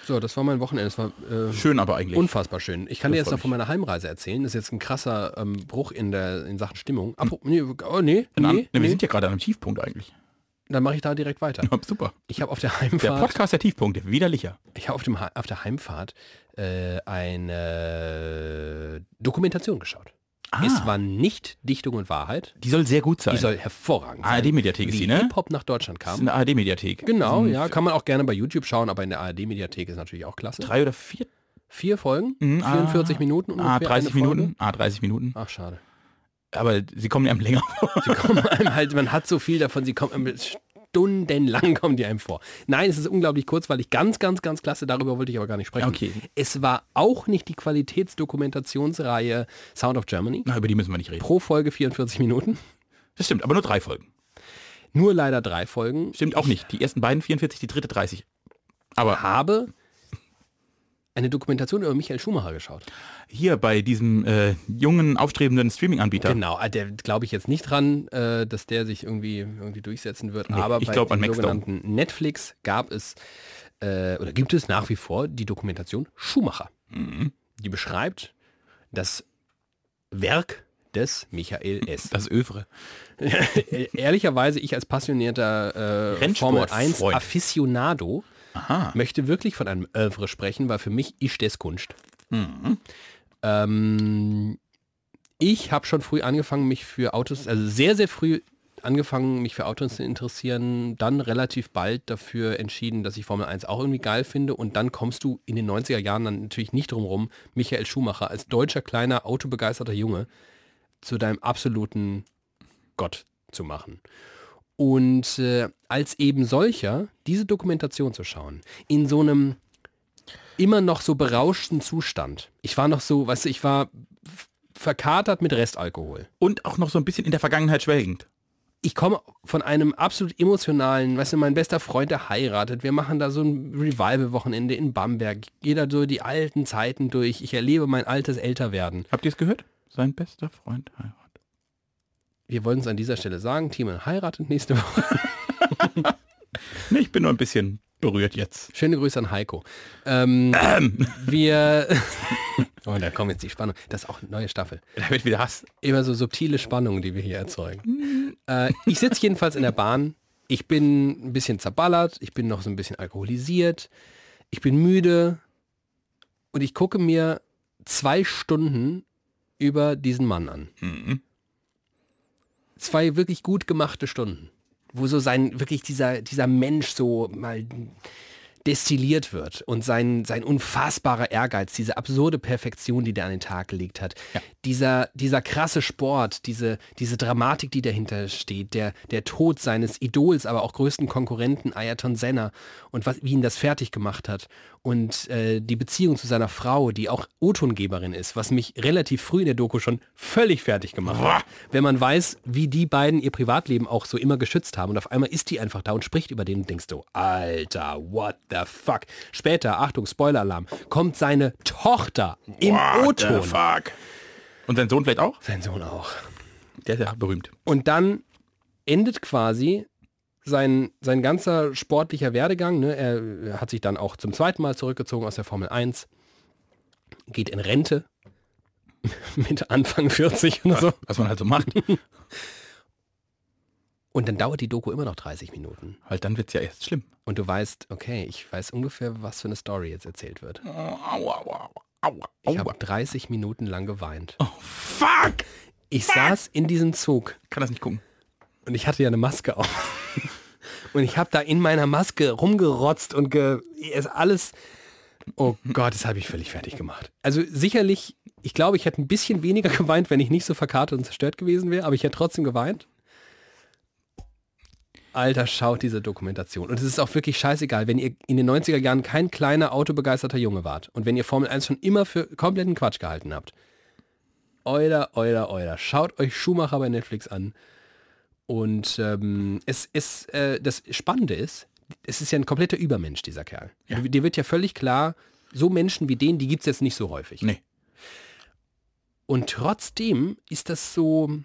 So, das war mein Wochenende. Das war äh, Schön aber eigentlich. unfassbar schön. Ich kann dir Das jetzt freut noch von meiner Heimreise erzählen. Das ist jetzt ein krasser ähm, Bruch in der in Sachen Stimmung. Apro- nee, oh, nee, Dann an- nee, Wir nee. sind ja gerade an einem Tiefpunkt eigentlich. Dann mache ich da direkt weiter. *laughs* Ja, super. Ich habe auf der Der Heimfahrt Podcast der Tiefpunkte, widerlicher. ich habe auf, dem Ha- auf der Heimfahrt äh, eine Dokumentation geschaut. Ah. Es war nicht Dichtung und Wahrheit. die soll sehr gut sein. Die soll hervorragend sein. ARD-Mediathek ist Wie die, ne? Hip-Hop nach Deutschland das ist kam. eine ARD-Mediathek. Genau, ja, kann man auch gerne bei YouTube schauen, aber in der ARD-Mediathek ist natürlich auch klasse. Drei oder vier? Vier Folgen, Mhm, ah, 44 Minuten ungefähr. Ah, eine 30 Folge. Minuten. Ah, 30 Minuten. Ach, schade. Aber sie kommen ja am länger. Die kommen einem halt, man hat so viel davon, sie kommen einem stundenlang kommen die einem vor. Nein, es ist unglaublich kurzweilig, ganz, ganz, ganz klasse, darüber wollte ich aber gar nicht sprechen. Okay. Es war auch nicht die Qualitätsdokumentationsreihe Sound of Germany. Na, über die müssen wir nicht reden. Pro Folge 44 Minuten. Das stimmt, aber nur drei Folgen. Nur leider drei Folgen. Stimmt auch nicht. Die ersten beiden 44, die dritte 30. Aber Habe eine Dokumentation über Michael Schumacher geschaut. hier bei diesem äh, jungen, aufstrebenden Streaming-Anbieter. Genau, ah, der glaube ich jetzt nicht dran, äh, dass der sich irgendwie, irgendwie durchsetzen wird. Aber ich bei glaub an dem Max Dom. sogenannten Netflix gab es äh, oder gibt es nach wie vor die Dokumentation Schumacher. Mhm. Die beschreibt das Werk des Michael S. Das Övre. Äh, Ehrlicherweise, ich als passionierter äh, Formel Rennsport- 1 Freund. Aficionado Aha. möchte wirklich von einem Övre sprechen, weil für mich ist das Kunst. Mhm. Ähm, ich habe schon früh angefangen, mich für Autos, also sehr, sehr früh angefangen, mich für Autos zu interessieren, dann relativ bald dafür entschieden, dass ich Formel 1 auch irgendwie geil finde und dann kommst du in den 90er Jahren dann natürlich nicht drum rum, Michael Schumacher als deutscher, kleiner, autobegeisterter Junge zu deinem absoluten Gott zu machen. Und äh, als eben solcher diese Dokumentation zu schauen, in so einem immer noch so berauschten Zustand. Ich war noch so, weißt du, ich war f- verkatert mit Restalkohol. Und auch noch so ein bisschen in der Vergangenheit schwelgend. Ich komme von einem absolut emotionalen, weißt du, mein bester Freund, der heiratet. Wir machen da so ein Revival-Wochenende in Bamberg. Ich gehe da so die alten Zeiten durch. Ich erlebe mein altes Älterwerden. Habt ihr es gehört? Sein bester Freund heiratet. Wir wollen es an dieser Stelle sagen, Timon heiratet nächste *laughs* Woche. Nee, Ich bin nur ein bisschen berührt jetzt. Schöne Grüße an Heiko. Ähm, Wir... oh, da kommt jetzt die Spannung. Das ist auch eine neue Staffel. Da wird wieder Hass. immer so subtile Spannungen, die wir hier erzeugen. äh, ich sitze jedenfalls in der Bahn. Ich bin ein bisschen zerballert. Ich bin noch so ein bisschen alkoholisiert. Ich bin müde. Und ich gucke mir zwei Stunden über diesen Mann an. Zwei wirklich gut gemachte Stunden, wo so sein, wirklich dieser, dieser Mensch so mal destilliert wird und sein, sein unfassbarer Ehrgeiz, diese absurde Perfektion, die der an den Tag gelegt hat, dieser, dieser krasse Sport, diese, diese Dramatik, die dahinter steht, der, der Tod seines Idols, aber auch größten Konkurrenten Ayrton Senna und was, wie ihn das fertig gemacht hat und äh, die Beziehung zu seiner Frau, die auch O-Tongeberin ist, was mich relativ früh in der Doku schon völlig fertig gemacht hat. Wenn man weiß, wie die beiden ihr Privatleben auch so immer geschützt haben und auf einmal ist die einfach da und spricht über den und denkst du, Alter, what the fuck. Später, Achtung, Spoiler-Alarm, kommt seine Tochter im O-Ton. fuck. Und sein Sohn vielleicht auch? Sein Sohn auch. Der ist ja berühmt. Und dann endet quasi sein, sein ganzer sportlicher Werdegang. Ne? Er hat sich dann auch zum zweiten Mal zurückgezogen aus der Formel 1, geht in Rente *laughs* mit Anfang 40 oder so. *laughs* Was man halt so macht. Und dann dauert die Doku immer noch 30 Minuten. Halt, dann wird's ja erst schlimm. Und du weißt, okay, ich weiß ungefähr, was für eine Story jetzt erzählt wird. Aua, aua, aua, Ich habe 30 Minuten lang geweint. Oh, fuck! Ich saß in diesem Zug Kann das nicht gucken. und ich hatte ja eine Maske auf. *laughs* Und ich habe da in meiner Maske rumgerotzt und ge ist alles. Oh Gott, das habe ich völlig fertig gemacht. Also sicherlich, ich glaube, ich hätte ein bisschen weniger *laughs* geweint, wenn ich nicht so verkartet und zerstört gewesen wäre, aber ich hätte trotzdem geweint. Alter, schaut diese Dokumentation. Und es ist auch wirklich scheißegal, wenn ihr in den 90er Jahren kein kleiner autobegeisterter Junge wart und wenn ihr Formel 1 schon immer für kompletten Quatsch gehalten habt. Euler, euler, euler. Schaut euch Schumacher bei Netflix an. Und ähm, es ist, äh, das Spannende ist, es ist ja ein kompletter Übermensch, dieser Kerl. Dir- Dir wird ja völlig klar, so Menschen wie den, die gibt es jetzt nicht so häufig. Nee. Und trotzdem ist das so,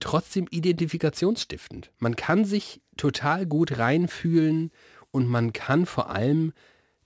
trotzdem identifikationsstiftend. Man kann sich total gut reinfühlen und man kann vor allem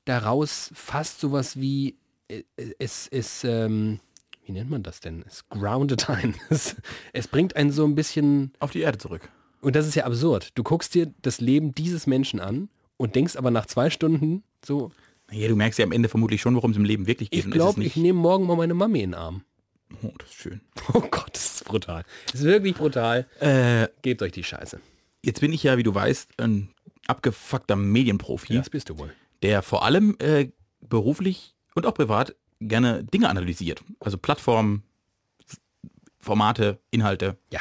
daraus fast sowas wie, äh, es ist, ähm, wie nennt man das denn? Es grounded *laughs* ein. Es, es bringt einen so ein bisschen Auf die Erde zurück. und das ist ja absurd. Du guckst dir das Leben dieses Menschen an und denkst aber nach zwei Stunden so, Ja, du merkst ja am Ende vermutlich schon, worum es im Leben wirklich geht. ich und es ist glaube, ich nicht- nehme morgen mal meine Mami in den Arm. *laughs* Oh, das ist schön. Oh Gott, das ist brutal. Das ist wirklich brutal. Äh, Gebt euch die Scheiße. jetzt bin ich ja, wie du weißt, ein abgefuckter Medienprofi, bist du wohl. der vor allem äh, beruflich und auch privat gerne Dinge analysiert. Also Plattformen, S- Formate, Inhalte. Ja.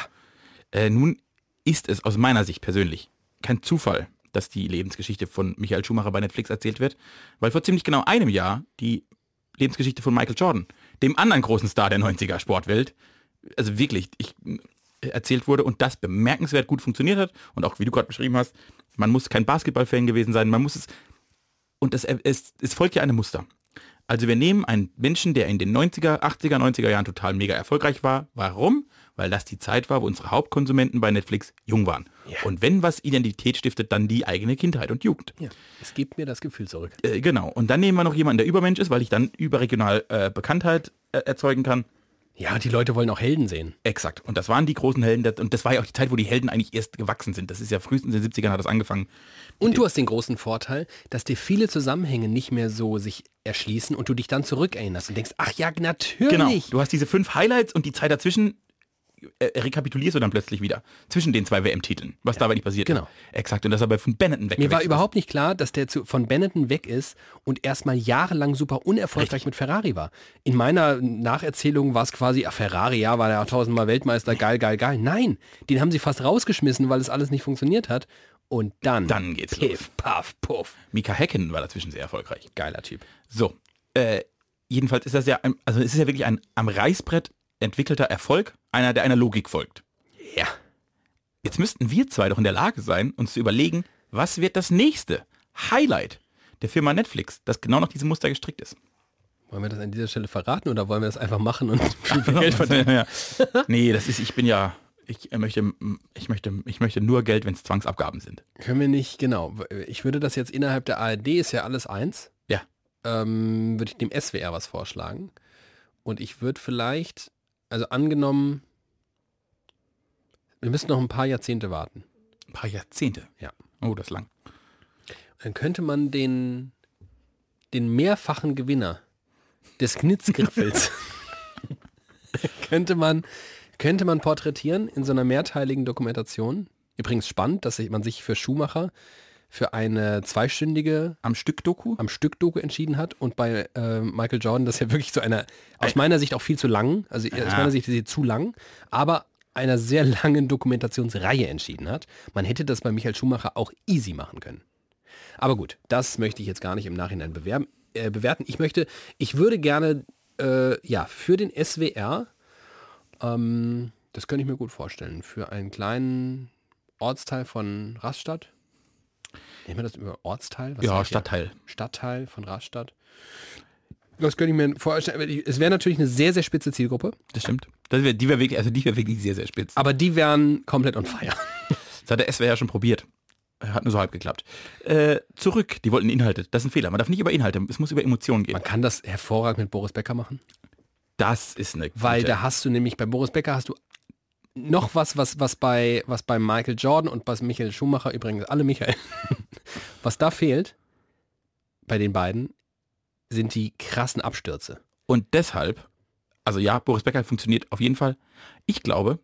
Äh, nun ist es aus meiner Sicht persönlich kein Zufall, dass die Lebensgeschichte von Michael Schumacher bei Netflix erzählt wird, weil vor ziemlich genau einem Jahr die Lebensgeschichte von Michael Jordan, dem anderen großen Star der 90er Sportwelt, also wirklich, ich, äh, erzählt wurde und das bemerkenswert gut funktioniert hat und auch wie du gerade beschrieben hast, man muss kein Basketballfan gewesen sein, man muss es und das, äh, es, es folgt ja einem Muster. Also wir nehmen einen Menschen, der in den 90er, 80er, 90er Jahren total mega erfolgreich war. Warum? Weil das die Zeit war, wo unsere Hauptkonsumenten bei Netflix jung waren. Und wenn was Identität stiftet, dann die eigene Kindheit und Jugend. Ja. Es gibt mir das Gefühl zurück. Äh, genau. Und dann nehmen wir noch jemanden, der Übermensch ist, weil ich dann überregional äh, Bekanntheit äh, erzeugen kann. Ja, die Leute wollen auch Helden sehen. Exakt. Und das waren die großen Helden. Das- Und das war ja auch die Zeit, wo die Helden eigentlich erst gewachsen sind. Das ist ja frühestens in den 70ern hat das angefangen. Und du hast den großen Vorteil, dass dir viele Zusammenhänge nicht mehr so sich erschließen und du dich dann zurückerinnerst und denkst, ach ja, natürlich. Genau. Du hast diese fünf Highlights und die Zeit dazwischen äh, rekapitulierst du dann plötzlich wieder. Zwischen den zwei WM-Titeln. Was dabei nicht passiert Genau. ist. Exakt. Und das aber von Benetton weg. Mir war überhaupt nicht klar, dass der zu, von Benetton weg ist und erstmal jahrelang super unerfolgreich mit Ferrari war. In meiner Nacherzählung war es quasi, ach Ferrari, ja, war der tausendmal Weltmeister, geil, geil, geil. Nein, den haben sie fast rausgeschmissen, weil es alles nicht funktioniert hat. Und dann, Dann geht's piff, los. paff, puff. Mika Häkkinen war dazwischen sehr erfolgreich. Geiler Typ. So. Äh, jedenfalls ist das ja, ein, also es ist ja wirklich ein am Reißbrett entwickelter Erfolg, einer, der einer Logik folgt. Ja. Jetzt müssten wir zwei doch in der Lage sein, uns zu überlegen, was wird das nächste Highlight der Firma Netflix, das genau nach diesem Muster gestrickt ist. Wollen wir das an dieser Stelle verraten oder wollen wir das einfach machen und *laughs* viel Geld Geld verdienen? verdienen. ja. Nee, das ist, ich bin ja, ich äh, möchte, ich möchte, ich möchte nur Geld, wenn es Zwangsabgaben sind. Können wir nicht, genau. Ich würde das jetzt innerhalb der ARD, ist ja alles eins. Ja. Ähm, würde ich dem SWR was vorschlagen. Und ich würde vielleicht, also angenommen, wir müssen noch ein paar Jahrzehnte warten. Ein paar Jahrzehnte. Ja. Oh, das ist lang. Dann könnte man den, den mehrfachen Gewinner des Knitzgriffels könnte man, könnte man porträtieren in so einer mehrteiligen Dokumentation. Übrigens spannend, dass sich- man sich für Schumacher für eine zweistündige Am Stück Doku? am Stück Doku entschieden hat und bei äh, Michael Jordan das ja wirklich zu einer, aus meiner Sicht auch viel zu lang, also aus meiner Sicht ist sie zu lang, aber einer sehr langen Dokumentationsreihe entschieden hat. Man hätte das bei Michael Schumacher auch easy machen können. Aber gut, das möchte ich jetzt gar nicht im Nachhinein bewerben, äh, bewerten. Ich möchte, ich würde gerne, äh, ja, für den SWR, ähm, das könnte ich mir gut vorstellen, für einen kleinen Ortsteil von Rastatt. Nehmen wir das über Ortsteil? Was ja, sagt ihr? Stadtteil. Stadtteil von Rastatt. Das könnte ich mir vorstellen. aber die- Es wäre natürlich eine sehr, sehr spitze Zielgruppe, Das stimmt. Das wär, die wäre wirklich, also die wäre wirklich sehr, sehr spitz. aber die wären komplett on fire. Das hat der SWR ja schon probiert. Hat nur so halb geklappt. Äh, zurück, die wollten Inhalte. Das ist ein Fehler. Man darf nicht über Inhalte, es muss über Emotionen gehen. Man kann das hervorragend mit Boris Becker machen, Das ist eine weil gute- da hast du nämlich bei Boris Becker hast du noch was, was, was, bei, was bei Michael Jordan und bei Michael Schumacher, übrigens alle Michael, *laughs* was da fehlt bei den beiden, sind die krassen Abstürze. Und deshalb, also ja, Boris Becker funktioniert auf jeden Fall. Ich glaube,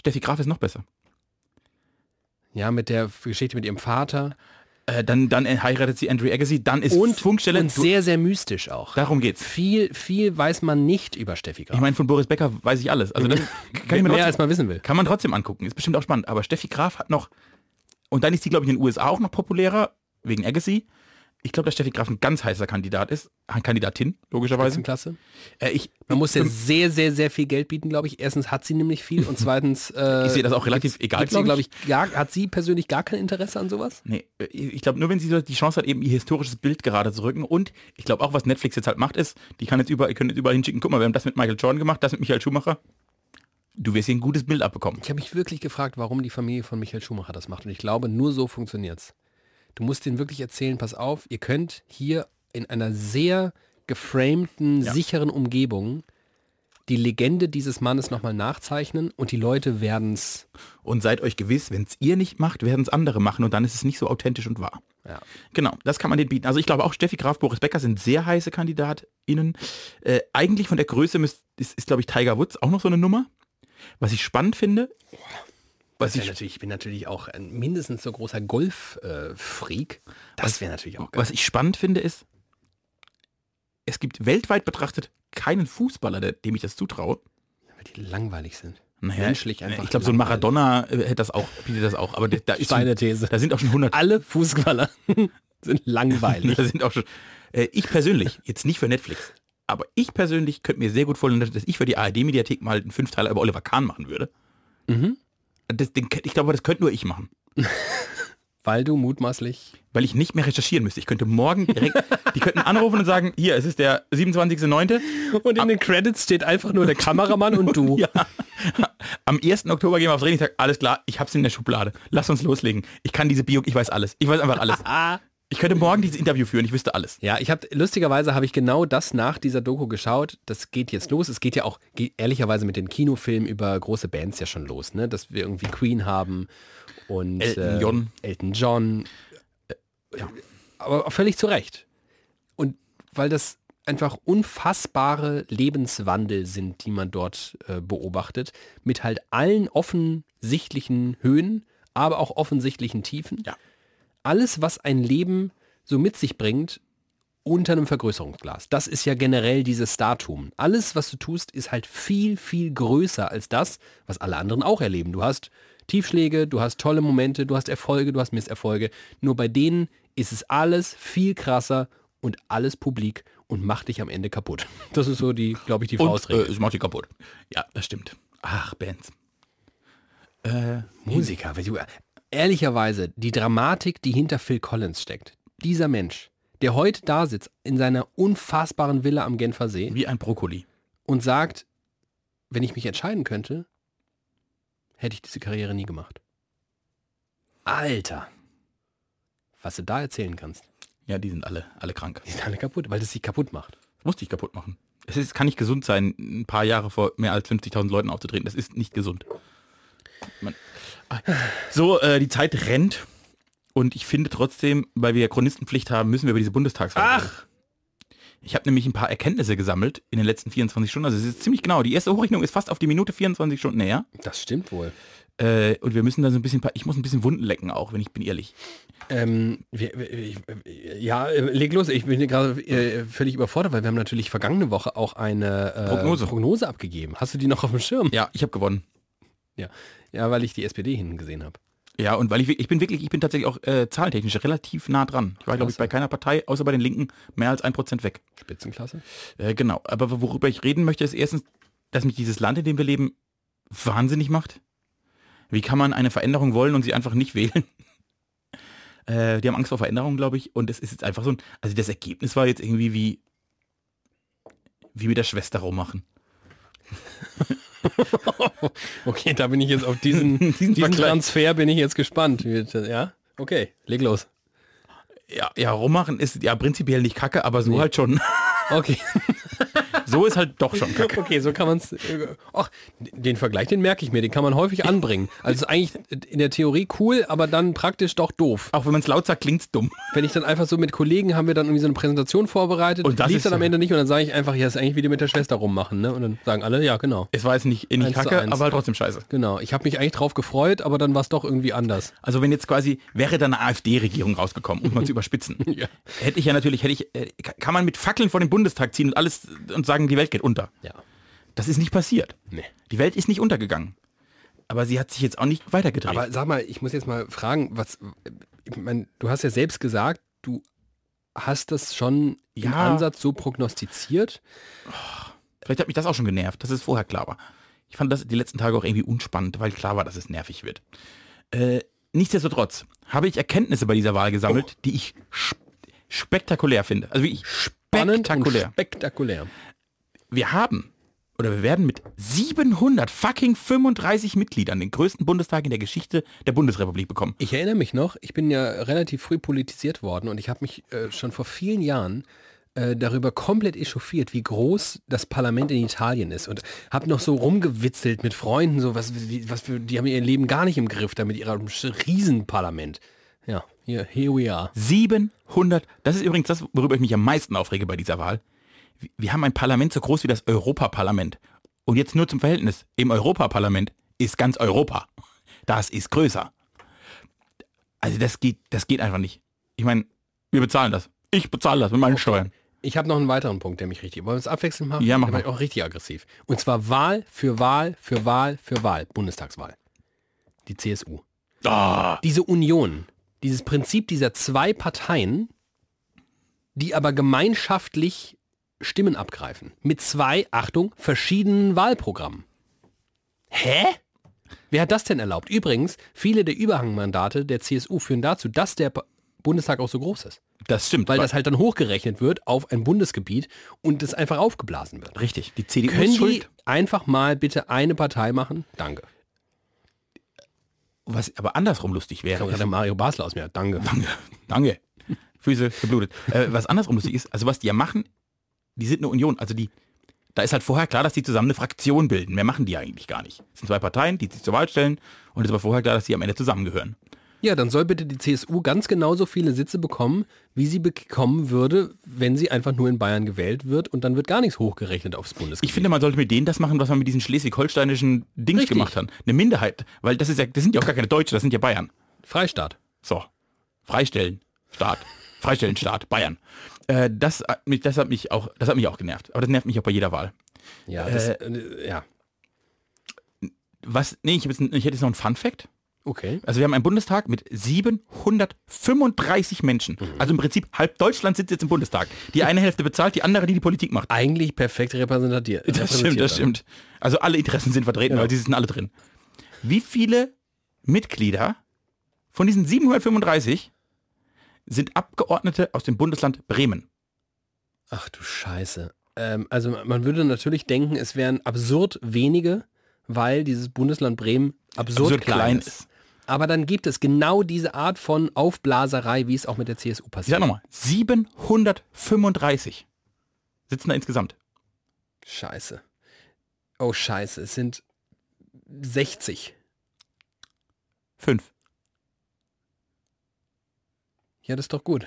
Steffi Graf ist noch besser. Ja, mit der Geschichte mit ihrem Vater. Äh, dann, dann heiratet sie Andrew Agassi, dann ist Und, Funkstelle. und sehr, sehr mystisch auch. darum geht's. viel, viel weiß man nicht über Steffi Graf. Ich meine, von Boris Becker weiß ich alles. *laughs* Also das kann, ich mir mehr trotzdem, als man wissen will. kann man trotzdem angucken. Ist bestimmt auch spannend. Aber Steffi Graf hat noch, und dann ist sie, glaube ich, in den USA auch noch populärer, wegen Agassi. Ich glaube, dass Steffi Graf ein ganz heißer Kandidat ist. Kandidatin, logischerweise. Klasse. Äh, ich Man muss ja sehr, sehr, sehr viel Geld bieten, glaube ich. Erstens hat sie nämlich viel *laughs* und zweitens äh, Ich sehe das auch relativ egal, gibt's ihr, glaub glaube ich, gar, hat sie persönlich gar kein Interesse an sowas? Nee, äh, ich glaube nur, wenn sie so die Chance hat, eben ihr historisches Bild gerade zu rücken. Und ich glaube auch, was Netflix jetzt halt macht, ist, die kann jetzt überall, ihr könnt jetzt überall hinschicken. Guck mal, wir haben das mit Michael Jordan gemacht, das mit Michael Schumacher. Du wirst hier ein gutes Bild abbekommen. Ich habe mich wirklich gefragt, warum die Familie von Michael Schumacher das macht. Und ich glaube, nur so funktioniert's. Du musst denen wirklich erzählen, pass auf, ihr könnt hier in einer sehr geframten, Ja. sicheren Umgebung die Legende dieses Mannes nochmal nachzeichnen und die Leute werden's. Und seid euch gewiss, wenn es ihr nicht macht, werden es andere machen und dann ist es nicht so authentisch und wahr. Ja. Genau, das kann man denen bieten. Also ich glaube auch Steffi Graf, Boris Becker sind sehr heiße KandidatInnen. Äh, eigentlich von der Größe müsst, ist, ist glaube ich, Tiger Woods auch noch so eine Nummer. Was ich spannend finde, was Das wär ich natürlich, ich bin natürlich auch ein mindestens so großer Golf-Freak. das wäre natürlich auch geil. Was ich spannend finde, ist, es gibt weltweit betrachtet keinen Fußballer, der, dem ich das zutraue. Weil die langweilig sind. Naja, Menschlich einfach. Ich glaube, so ein langweilig. Maradona äh, hätte das auch, bietet das auch. Aber da, *laughs* da, ist Steine schon, These. da sind auch schon 100. Alle Fußballer sind *laughs* *laughs* langweilig. *laughs* Da sind auch schon, äh, ich persönlich, jetzt nicht für Netflix, aber ich persönlich könnte mir sehr gut vorstellen, dass ich für die ARD-Mediathek mal einen Fünfteiler über Oliver Kahn machen würde. Mhm. Das, den, ich glaube, das könnte nur ich machen. Weil du mutmaßlich. weil ich nicht mehr recherchieren müsste. Ich könnte morgen direkt, die könnten anrufen und sagen, hier, es ist der 27.09. Und in den Credits steht einfach nur der Kameramann und du. Ja. Am 1. Oktober gehen wir aufs Training, ich sag, alles klar, ich hab's in der Schublade. Lass uns loslegen. Ich kann diese Bio, ich weiß alles. Ich weiß einfach alles. Ich könnte morgen dieses Interview führen, ich wüsste alles. Ja, ich habe lustigerweise habe ich genau das nach dieser Doku geschaut. Das geht jetzt los. Es geht ja auch geht ehrlicherweise mit den Kinofilmen über große Bands ja schon los, ne? Dass wir irgendwie Queen haben und äh, Elton John. Elton John. Äh, ja. Aber auch völlig zu Recht. Und weil das einfach unfassbare Lebenswandel sind, die man dort äh, beobachtet, mit halt allen offensichtlichen Höhen, aber auch offensichtlichen Tiefen. Ja. Alles, was ein Leben so mit sich bringt, unter einem Vergrößerungsglas. Das ist ja generell dieses Startum. Alles, was du tust, ist halt viel, viel größer als das, was alle anderen auch erleben. Du hast Tiefschläge, du hast tolle Momente, du hast Erfolge, du hast Misserfolge. Nur bei denen ist es alles viel krasser und alles publik und macht dich am Ende kaputt. *laughs* Das ist so die, glaube ich, die Und äh, Faustregel. es macht die kaputt. Ja, das stimmt. Ach, Bands. Musiker, wenn du, ehrlicherweise, die Dramatik, die hinter Phil Collins steckt. Dieser Mensch, der heute da sitzt, in seiner unfassbaren Villa am Genfer See. Wie ein Brokkoli. und sagt, wenn ich mich entscheiden könnte, hätte ich diese Karriere nie gemacht. Alter, was du da erzählen kannst, Ja, die sind alle, alle krank. die sind *laughs* alle kaputt, weil das sie kaputt macht. Das musste ich kaputt machen. Es ist, kann nicht gesund sein, ein paar Jahre vor mehr als 50.000 Leuten aufzutreten. Das ist nicht gesund. Man, Ah. so, äh, die Zeit rennt. Und ich finde trotzdem, weil wir ja Chronistenpflicht haben, müssen wir über diese Bundestagswahl Ach! reden. Ich habe nämlich ein paar Erkenntnisse gesammelt in den letzten 24 Stunden. Also es ist ziemlich genau. Die erste Hochrechnung ist fast auf die Minute 24 Stunden her. Das stimmt wohl. Äh, und wir müssen da so ein bisschen, pa- ich muss ein bisschen Wunden lecken auch, wenn ich bin ehrlich. Ähm, wir, wir, ich, äh, ja, äh, leg los. Ich bin hier gerade äh, völlig überfordert, weil wir haben natürlich vergangene Woche auch eine äh, Prognose. Prognose abgegeben. Hast du die noch auf dem Schirm? Ja, ich habe gewonnen. Ja, ja weil ich die SPD hinten gesehen habe. Ja, und weil ich, wir- ich bin wirklich, ich bin tatsächlich auch äh, zahlentechnisch relativ nah dran. Ich war, glaube ich, bei keiner Partei, außer bei den Linken, mehr als ein Prozent weg. Spitzenklasse. Äh, genau. Aber worüber ich reden möchte, ist erstens, dass mich dieses Land, in dem wir leben, wahnsinnig macht. Wie kann man eine Veränderung wollen und sie einfach nicht wählen? *laughs* Äh, die haben Angst vor Veränderung, glaube ich. Und es ist jetzt einfach so ein, also das Ergebnis war jetzt irgendwie wie, wie mit der Schwester rummachen. Okay, da bin ich jetzt auf *laughs* diesen, Diesen diesen, Vergleich. Transfer bin ich jetzt gespannt. Ja, okay, leg los. Ja, ja, rummachen ist ja prinzipiell nicht kacke, aber so halt schon. Okay. So ist halt doch *laughs* schon kacke. *laughs* Okay, so kann man es. Ach, den Vergleich, den merke ich mir, den kann man häufig anbringen. Also ist eigentlich in der Theorie cool, aber dann praktisch doch doof. Auch wenn man es laut sagt, klingt's dumm. Wenn ich dann einfach so mit Kollegen haben wir dann irgendwie so eine Präsentation vorbereitet, Und das lief ist dann am ja- Ende nicht und dann sage ich einfach, ja, ist eigentlich wieder mit der Schwester rummachen, ne? Und dann sagen alle, ja, genau. Es war jetzt nicht, eh nicht Eins zu kacke, eins. aber halt trotzdem scheiße. Genau. Ich habe mich eigentlich drauf gefreut, aber dann war es doch irgendwie anders. Also wenn jetzt quasi, wäre da eine AfD-Regierung rausgekommen, um mal *laughs* zu überspitzen. Ja. Hätte ich ja natürlich, hätte ich, äh, ka- kann man mit Fackeln vor den Bundestag ziehen und alles äh, und sagen, die Welt geht unter. Ja. Das ist nicht passiert. Nee. Die Welt ist nicht untergegangen. Aber sie hat sich jetzt auch nicht weitergedreht. Aber sag mal, ich muss jetzt mal fragen, was, ich mein, du hast ja selbst gesagt, du hast das schon im Ja. Ansatz so prognostiziert. Vielleicht hat mich das auch schon genervt, dass es vorher klar war. Ich fand das die letzten Tage auch irgendwie unspannend, weil klar war, dass es nervig wird. Äh, nichtsdestotrotz habe ich Erkenntnisse bei dieser Wahl Oh. gesammelt, die ich sp spektakulär finde. Also wirklich Spannend spektakulär. Und spektakulär. wir haben oder wir werden mit 700 fucking 35 Mitgliedern den größten Bundestag in der Geschichte der Bundesrepublik bekommen. Ich erinnere mich noch, ich bin ja relativ früh politisiert worden und ich habe mich äh, schon vor vielen Jahren äh, darüber komplett echauffiert, wie groß das Parlament in Italien ist und habe noch so rumgewitzelt mit Freunden, so was, wie, was für, die haben ihr Leben gar nicht im Griff, da mit ihrem Sch- Riesenparlament. Ja, hier, here we are. 700, das ist übrigens das, worüber ich mich am meisten aufrege bei dieser Wahl. Wir- Wir haben ein Parlament so groß wie das Europaparlament. Und jetzt nur zum Verhältnis. Im Europaparlament ist ganz Europa. Das ist größer. Also das geht, das geht einfach nicht. Ich meine, wir bezahlen das. Ich bezahle das mit meinen Steuern. Ich habe noch einen weiteren Punkt, der mich richtig. Wollen wir es abwechselnd machen? Ja, mach Da war ich auch richtig aggressiv. Und zwar Wahl für Wahl für Wahl für Wahl. Bundestagswahl. Die CSU. Ah, Diese Union, dieses Prinzip dieser zwei Parteien, die aber gemeinschaftlich Stimmen abgreifen. Mit zwei, Achtung, verschiedenen Wahlprogrammen. Hä? Wer hat das denn erlaubt? Übrigens, viele der Überhangmandate der CSU führen dazu, dass der Pa- Bundestag auch so groß ist das stimmt. weil das halt dann hochgerechnet wird auf ein Bundesgebiet und es einfach aufgeblasen wird. richtig. Die CDU Können ist die schuld. einfach mal bitte eine Partei machen? Danke. Was aber andersrum lustig wäre. Da ist- hat der Mario Basler aus mir. Danke. *laughs* Danke. Füße geblutet. Äh, was andersrum lustig ist, also was die ja machen, die sind eine Union. Also die, da ist halt vorher klar, dass die zusammen eine Fraktion bilden. Mehr machen die eigentlich gar nicht. Es sind zwei Parteien, die sich zur Wahl stellen und es war vorher klar, dass die am Ende zusammengehören. Ja, dann soll bitte die CSU ganz genauso viele Sitze bekommen, wie sie bekommen würde, wenn sie einfach nur in Bayern gewählt wird und dann wird gar nichts hochgerechnet aufs Bundesgebiet. Ich finde, man sollte mit denen das machen, was man mit diesen schleswig-holsteinischen Dings Richtig. gemacht hat. Eine Minderheit. Weil das ist ja, das sind ja auch gar keine Deutsche, das sind ja Bayern. Freistaat. So. Freistellen, Staat. Freistellen, Staat, Bayern. Äh, das, äh, mich- das, hat mich auch, das hat mich auch genervt. Aber das nervt mich auch bei jeder Wahl. Ja, das, äh, ja. Was, nee, ich, hab jetzt, ich hätte jetzt noch einen Fun-Fact. Okay. Also wir haben einen Bundestag mit 735 Menschen. Mhm. Also im Prinzip halb Deutschland sitzt jetzt im Bundestag. Die eine Hälfte bezahlt, die andere, die die Politik *laughs* macht. Eigentlich perfekt repräsentiert. Das stimmt, das stimmt. Also alle Interessen sind vertreten, Genau. weil die sitzen alle drin. Wie viele Mitglieder von diesen 735 sind Abgeordnete aus dem Bundesland Bremen? Ach du Scheiße. Ähm, also man würde natürlich denken, es wären absurd wenige, weil dieses Bundesland Bremen absurd, Also klein, ist. Aber dann gibt es genau diese Art von Aufblaserei, wie es auch mit der CSU Ich sag passiert. nochmal, 735 sitzen da insgesamt. Scheiße. Oh Scheiße, es sind 60. Fünf. Ja, das ist doch gut.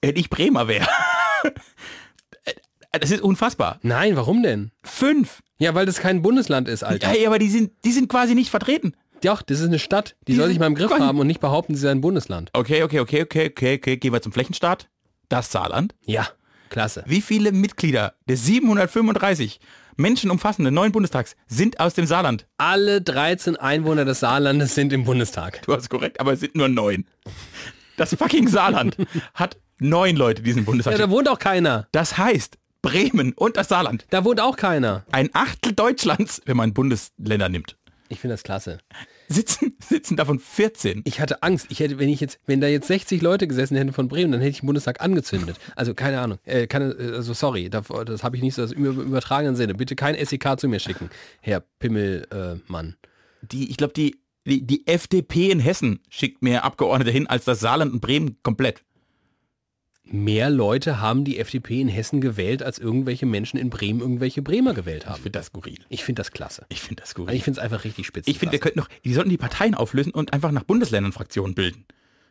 Wenn ich Bremer wäre. *laughs* Das ist unfassbar. Nein, warum denn? Fünf. Ja, weil das kein Bundesland ist, Alter. Ey, aber die sind, die sind quasi nicht vertreten. Doch, das ist eine Stadt. Die Die soll sind ich mal im Griff Gott. haben und nicht behaupten, sie sei ein Bundesland. Okay, okay, okay, okay, okay, okay. Gehen wir zum Flächenstaat. Das Saarland. Ja, klasse. Wie viele Mitglieder des 735 Menschen umfassenden neuen Bundestags sind aus dem Saarland? *laughs* Alle 13 Einwohner des Saarlandes sind im Bundestag. Du hast korrekt, aber es sind nur neun. Das fucking Saarland hat neun Leute diesen Bundestag. Ja, da wohnt auch keiner. das heißt, Bremen und das Saarland. Da wohnt auch keiner. Ein Achtel Deutschlands, wenn man Bundesländer nimmt, Ich finde das klasse. sitzen, *laughs* sitzen davon 14. Ich hatte Angst. Ich hätte, wenn ich jetzt, wenn da jetzt 60 Leute gesessen hätten von Bremen, dann hätte ich den Bundestag angezündet. Also keine Ahnung. Äh, keine, äh, also sorry, da- das habe ich nicht so im über- übertragenen Sinne. Bitte kein SEK zu mir schicken, Herr Pimmelmann. Äh, Mann. die, ich glaube, die, die, die FDP in Hessen schickt mehr Abgeordnete hin als das Saarland und Bremen komplett. mehr Leute haben die FDP in Hessen gewählt, als irgendwelche Menschen in Bremen irgendwelche Bremer gewählt haben. finde das skurril. Ich finde das klasse. Ich finde das Also skurril. ich finde es einfach richtig spitze. Ich finde, wir könnten noch, die sollten die Parteien auflösen und einfach nach Bundesländern Fraktionen bilden.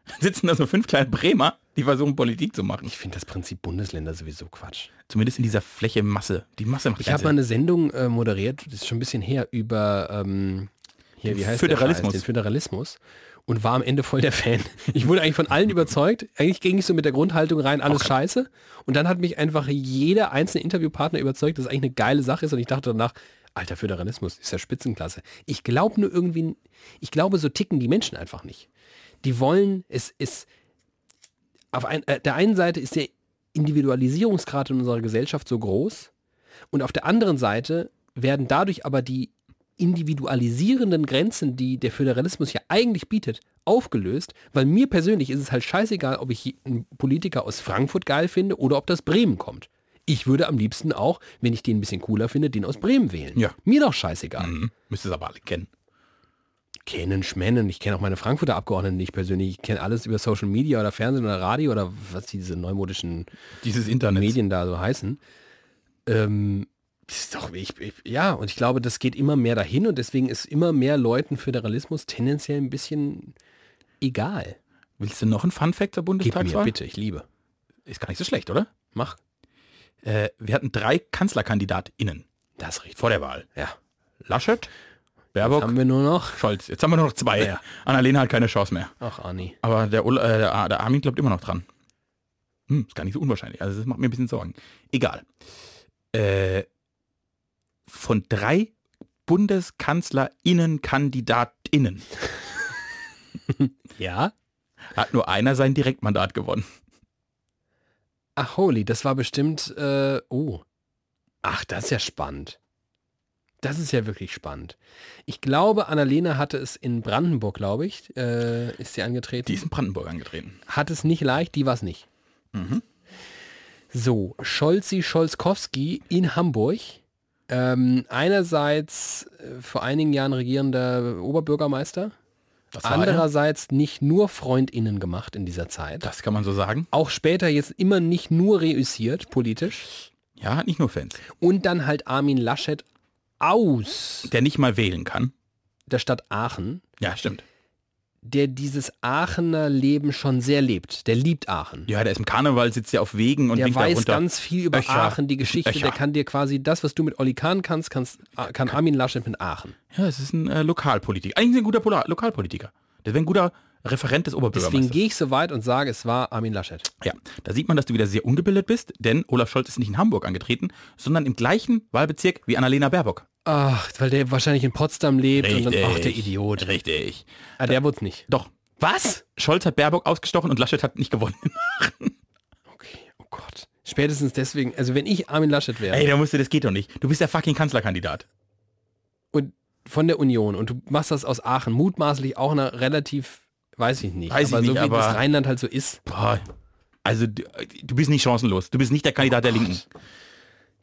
Dann sitzen da so fünf kleine Bremer, die versuchen Politik zu machen. ich finde das Prinzip Bundesländer sowieso Quatsch. Zumindest in dieser Fläche Masse. Die Masse macht Ich keinen habe mal eine Sendung äh, moderiert, das ist schon ein bisschen her, über ähm, hier, wie Den heißt Föderalismus. Der Scheiß? den Föderalismus und war am Ende voll der Fan. *laughs* Ich wurde eigentlich von allen überzeugt. Eigentlich ging ich so mit der Grundhaltung rein, alles scheiße. Und dann hat mich einfach jeder einzelne Interviewpartner überzeugt, dass es eigentlich eine geile Sache ist. Und ich dachte danach, alter Föderalismus, ist ja Spitzenklasse. Ich glaube nur irgendwie, ich glaube, so ticken die Menschen einfach nicht. Die wollen, es ist, auf ein, äh, der einen Seite ist der Individualisierungsgrad in unserer Gesellschaft so groß, und auf der anderen Seite werden dadurch aber die individualisierenden Grenzen, die der Föderalismus ja eigentlich bietet, aufgelöst, weil mir persönlich ist es halt scheißegal, ob ich einen Politiker aus Frankfurt geil finde oder ob das Bremen kommt. Ich würde am liebsten auch, wenn ich den ein bisschen cooler finde, den aus Bremen wählen. Ja. Mir doch scheißegal. Sinn. Mhm. Müsste es aber alle kennen. Kennen, schmennen. Ich kenne auch meine Frankfurter Abgeordneten nicht persönlich. Ich kenne alles über Social Media oder Fernsehen oder Radio oder was diese neumodischen Dieses Internet. Medien da so heißen. Ähm, ist doch, ich, ich, ja, und ich glaube, das geht immer mehr dahin und deswegen ist immer mehr Leuten Föderalismus tendenziell ein bisschen egal. Willst du noch einen Funfact zur Gib mir Bundestagswahl? bitte, ich liebe. Ist gar nicht so schlecht, oder? Mach. Äh, wir hatten drei KanzlerkandidatInnen Das ist richtig. vor der Wahl. Ja. Laschet, Jetzt Baerbock, haben wir nur noch. Scholz. Jetzt haben wir nur noch zwei. Ja. Annalena hat keine Chance mehr. Ach, Arni. Aber der, Ul- äh, der, Ar- der Armin glaubt immer noch dran. Hm, ist gar nicht so unwahrscheinlich. Also das macht mir ein bisschen Sorgen. Egal. Äh, von drei BundeskanzlerInnen-KandidatInnen Ja? hat nur einer sein Direktmandat gewonnen. Ach, holy, das war bestimmt. Äh, oh. Ach, das ist ja spannend. Das ist ja wirklich spannend. Ich glaube, Annalena hatte es in Brandenburg, glaube ich, äh, ist sie angetreten. Die ist in Brandenburg angetreten. hat es nicht leicht, die war es nicht. So, Scholzi Scholzkowski in Hamburg. Ähm, einerseits äh, vor einigen Jahren regierender Oberbürgermeister, Das, war er. andererseits nicht nur FreundInnen gemacht in dieser Zeit. das kann man so sagen. Auch später jetzt immer nicht nur reüssiert politisch. Ja, hat nicht nur Fans. Und dann halt Armin Laschet aus Der nicht mal wählen kann. der Stadt Aachen, Ja, stimmt. der dieses Aachener Leben schon sehr lebt. Der liebt Aachen. Ja, der ist im Karneval, sitzt ja auf Wegen und der winkt da weiß runter. ganz viel über Öcher. Aachen, die Geschichte. Öcher. Der kann dir quasi das, was du mit Olli Kahn kannst, kannst äh, kann Armin Laschet mit Aachen. Ja, es ist ein äh, Lokalpolitiker. Eigentlich ein guter Pola Lokalpolitiker. Das wäre ein guter Referent des Oberbürgermeisters. Deswegen gehe ich so weit und sage, es war Armin Laschet. Ja, da sieht man, dass du wieder sehr ungebildet bist, denn Olaf Scholz ist nicht in Hamburg angetreten, sondern im gleichen Wahlbezirk wie Annalena Baerbock. Ach, weil der wahrscheinlich in Potsdam lebt und dann, ach, der Idiot. Richtig. Ah, der wurde nicht. Doch. Was? Scholz hat Baerbock ausgestochen und Laschet hat nicht *laughs* gewonnen. Okay, oh Gott. Spätestens deswegen, also wenn ich Armin Laschet wäre Ey, da musst du, das geht doch nicht. Du bist der fucking Kanzlerkandidat. und von der Union und du machst das aus Aachen, mutmaßlich auch einer relativ, weiß ich nicht, Weiß ich aber so nicht, wie aber- das Rheinland halt so ist. Boah. Also, du, du bist nicht chancenlos. Du bist nicht der Kandidat Oh der Linken.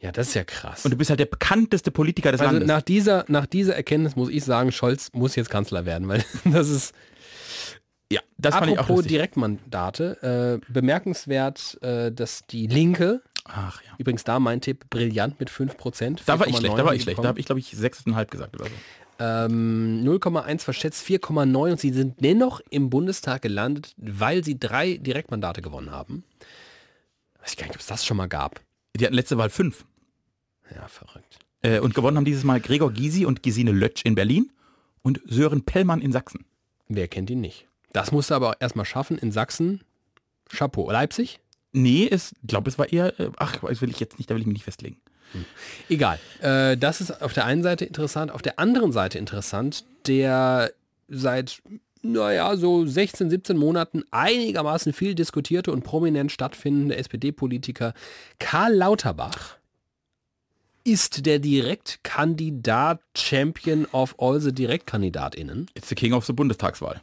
Ja, das ist ja krass. Und du bist halt der bekannteste Politiker des Also Landes. nach dieser, nach dieser Erkenntnis muss ich sagen, Scholz muss jetzt Kanzler werden, weil *laughs* das ist ja, das fand ich auch Apropos lustig. Direktmandate, äh, bemerkenswert, äh, dass die Linke, Ach ja. übrigens da mein Tipp, brillant mit 5%. Da war ich schlecht, da war ich 4,9 schlecht. Da habe ich, glaube ich, 6,5 gesagt oder so. Ähm, 0,1 verschätzt, 4,9 und sie sind dennoch im Bundestag gelandet, weil sie drei Direktmandate gewonnen haben. Weiß ich gar nicht, ob es das schon mal gab. Die hatten letzte Wahl fünf. Ja, verrückt. Äh, und gewonnen haben dieses Mal Gregor Gysi und Gesine Lötsch in Berlin und Sören Pellmann in Sachsen. Wer kennt ihn nicht? Das musste aber auch erstmal schaffen in Sachsen. Chapeau. Leipzig? Nee, ich glaube, es war eher, äh, ach, das will ich jetzt nicht, da will ich mich nicht festlegen. Egal. Äh, das ist auf der einen Seite interessant. Auf der anderen Seite interessant, der seit, naja, so 16, 17 Monaten einigermaßen viel diskutierte und prominent stattfindende SPD-Politiker Karl Lauterbach ist der Direktkandidat-Champion of all the DirektkandidatInnen. It's the King of the Bundestagswahl.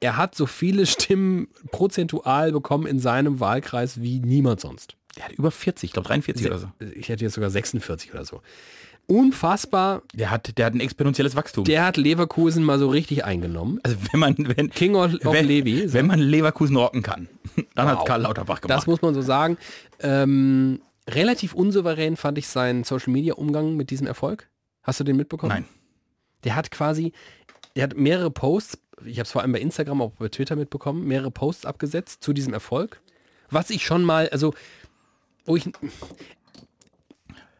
Er hat so viele Stimmen prozentual bekommen in seinem Wahlkreis wie niemand sonst. Der hat über 40, ich glaube 43 oder so. Ich hätte jetzt sogar 46 oder so. Unfassbar, Der hat, der hat ein exponentielles Wachstum. Der hat Leverkusen mal so richtig eingenommen. also wenn man, wenn, King of, of wenn, Levi. wenn man Leverkusen rocken kann. Dann hat Wow. Karl Lauterbach gemacht. Das muss man so sagen. Ähm, relativ unsouverän fand ich seinen Social-Media-Umgang mit diesem Erfolg. Hast du den mitbekommen? Nein. Der hat quasi, der hat mehrere Posts, ich habe es vor allem bei Instagram, auch bei Twitter mitbekommen, mehrere Posts abgesetzt zu diesem Erfolg. Was ich schon mal, also, wo ich,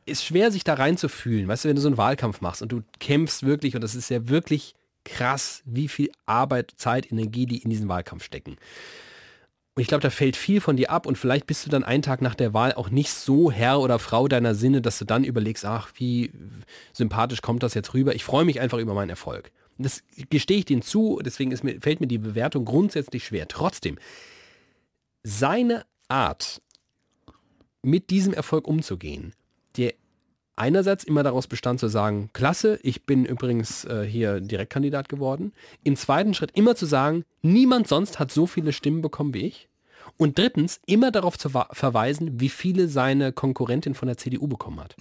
ist schwer, sich da reinzufühlen. Weißt du, wenn du so einen Wahlkampf machst und du kämpfst wirklich, und das ist ja wirklich krass, wie viel Arbeit, Zeit, Energie, die in diesen Wahlkampf stecken. Und ich glaube, da fällt viel von dir ab und vielleicht bist du dann einen Tag nach der Wahl auch nicht so Herr oder Frau deiner Sinne, dass du dann überlegst, ach, wie sympathisch kommt das jetzt rüber. Ich freue mich einfach über meinen Erfolg. Und Das gestehe ich denen zu, deswegen ist mir, fällt mir die Bewertung grundsätzlich schwer. Trotzdem, seine Art, mit diesem Erfolg umzugehen, der einerseits immer daraus bestand zu sagen, klasse, ich bin übrigens äh, hier Direktkandidat geworden. Im zweiten Schritt immer zu sagen, niemand sonst hat so viele Stimmen bekommen wie ich. Und drittens immer darauf zu wa- verweisen, wie viele seine Konkurrentin von der CDU bekommen hat.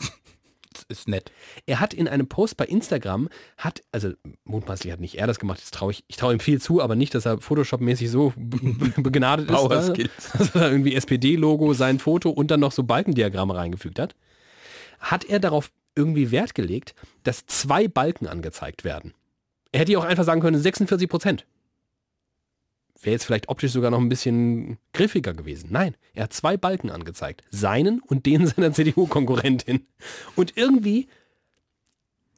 Das ist nett. Er hat in einem Post bei Instagram, hat, also mutmaßlich hat nicht er das gemacht, das traue ich, ich traue ihm viel zu, aber nicht, dass er Photoshop-mäßig so b- begnadet ist, Power ne? *laughs* Skills. dass er irgendwie SPD-Logo, sein Foto und dann noch so Balkendiagramme reingefügt hat. Hat er darauf irgendwie Wert gelegt, dass zwei Balken angezeigt werden? Er hätte ja auch einfach sagen können, 46 Prozent. Wäre jetzt vielleicht optisch sogar noch ein bisschen griffiger gewesen. Nein, er hat zwei Balken angezeigt. Seinen und den *laughs* seiner CDU-Konkurrentin. Und irgendwie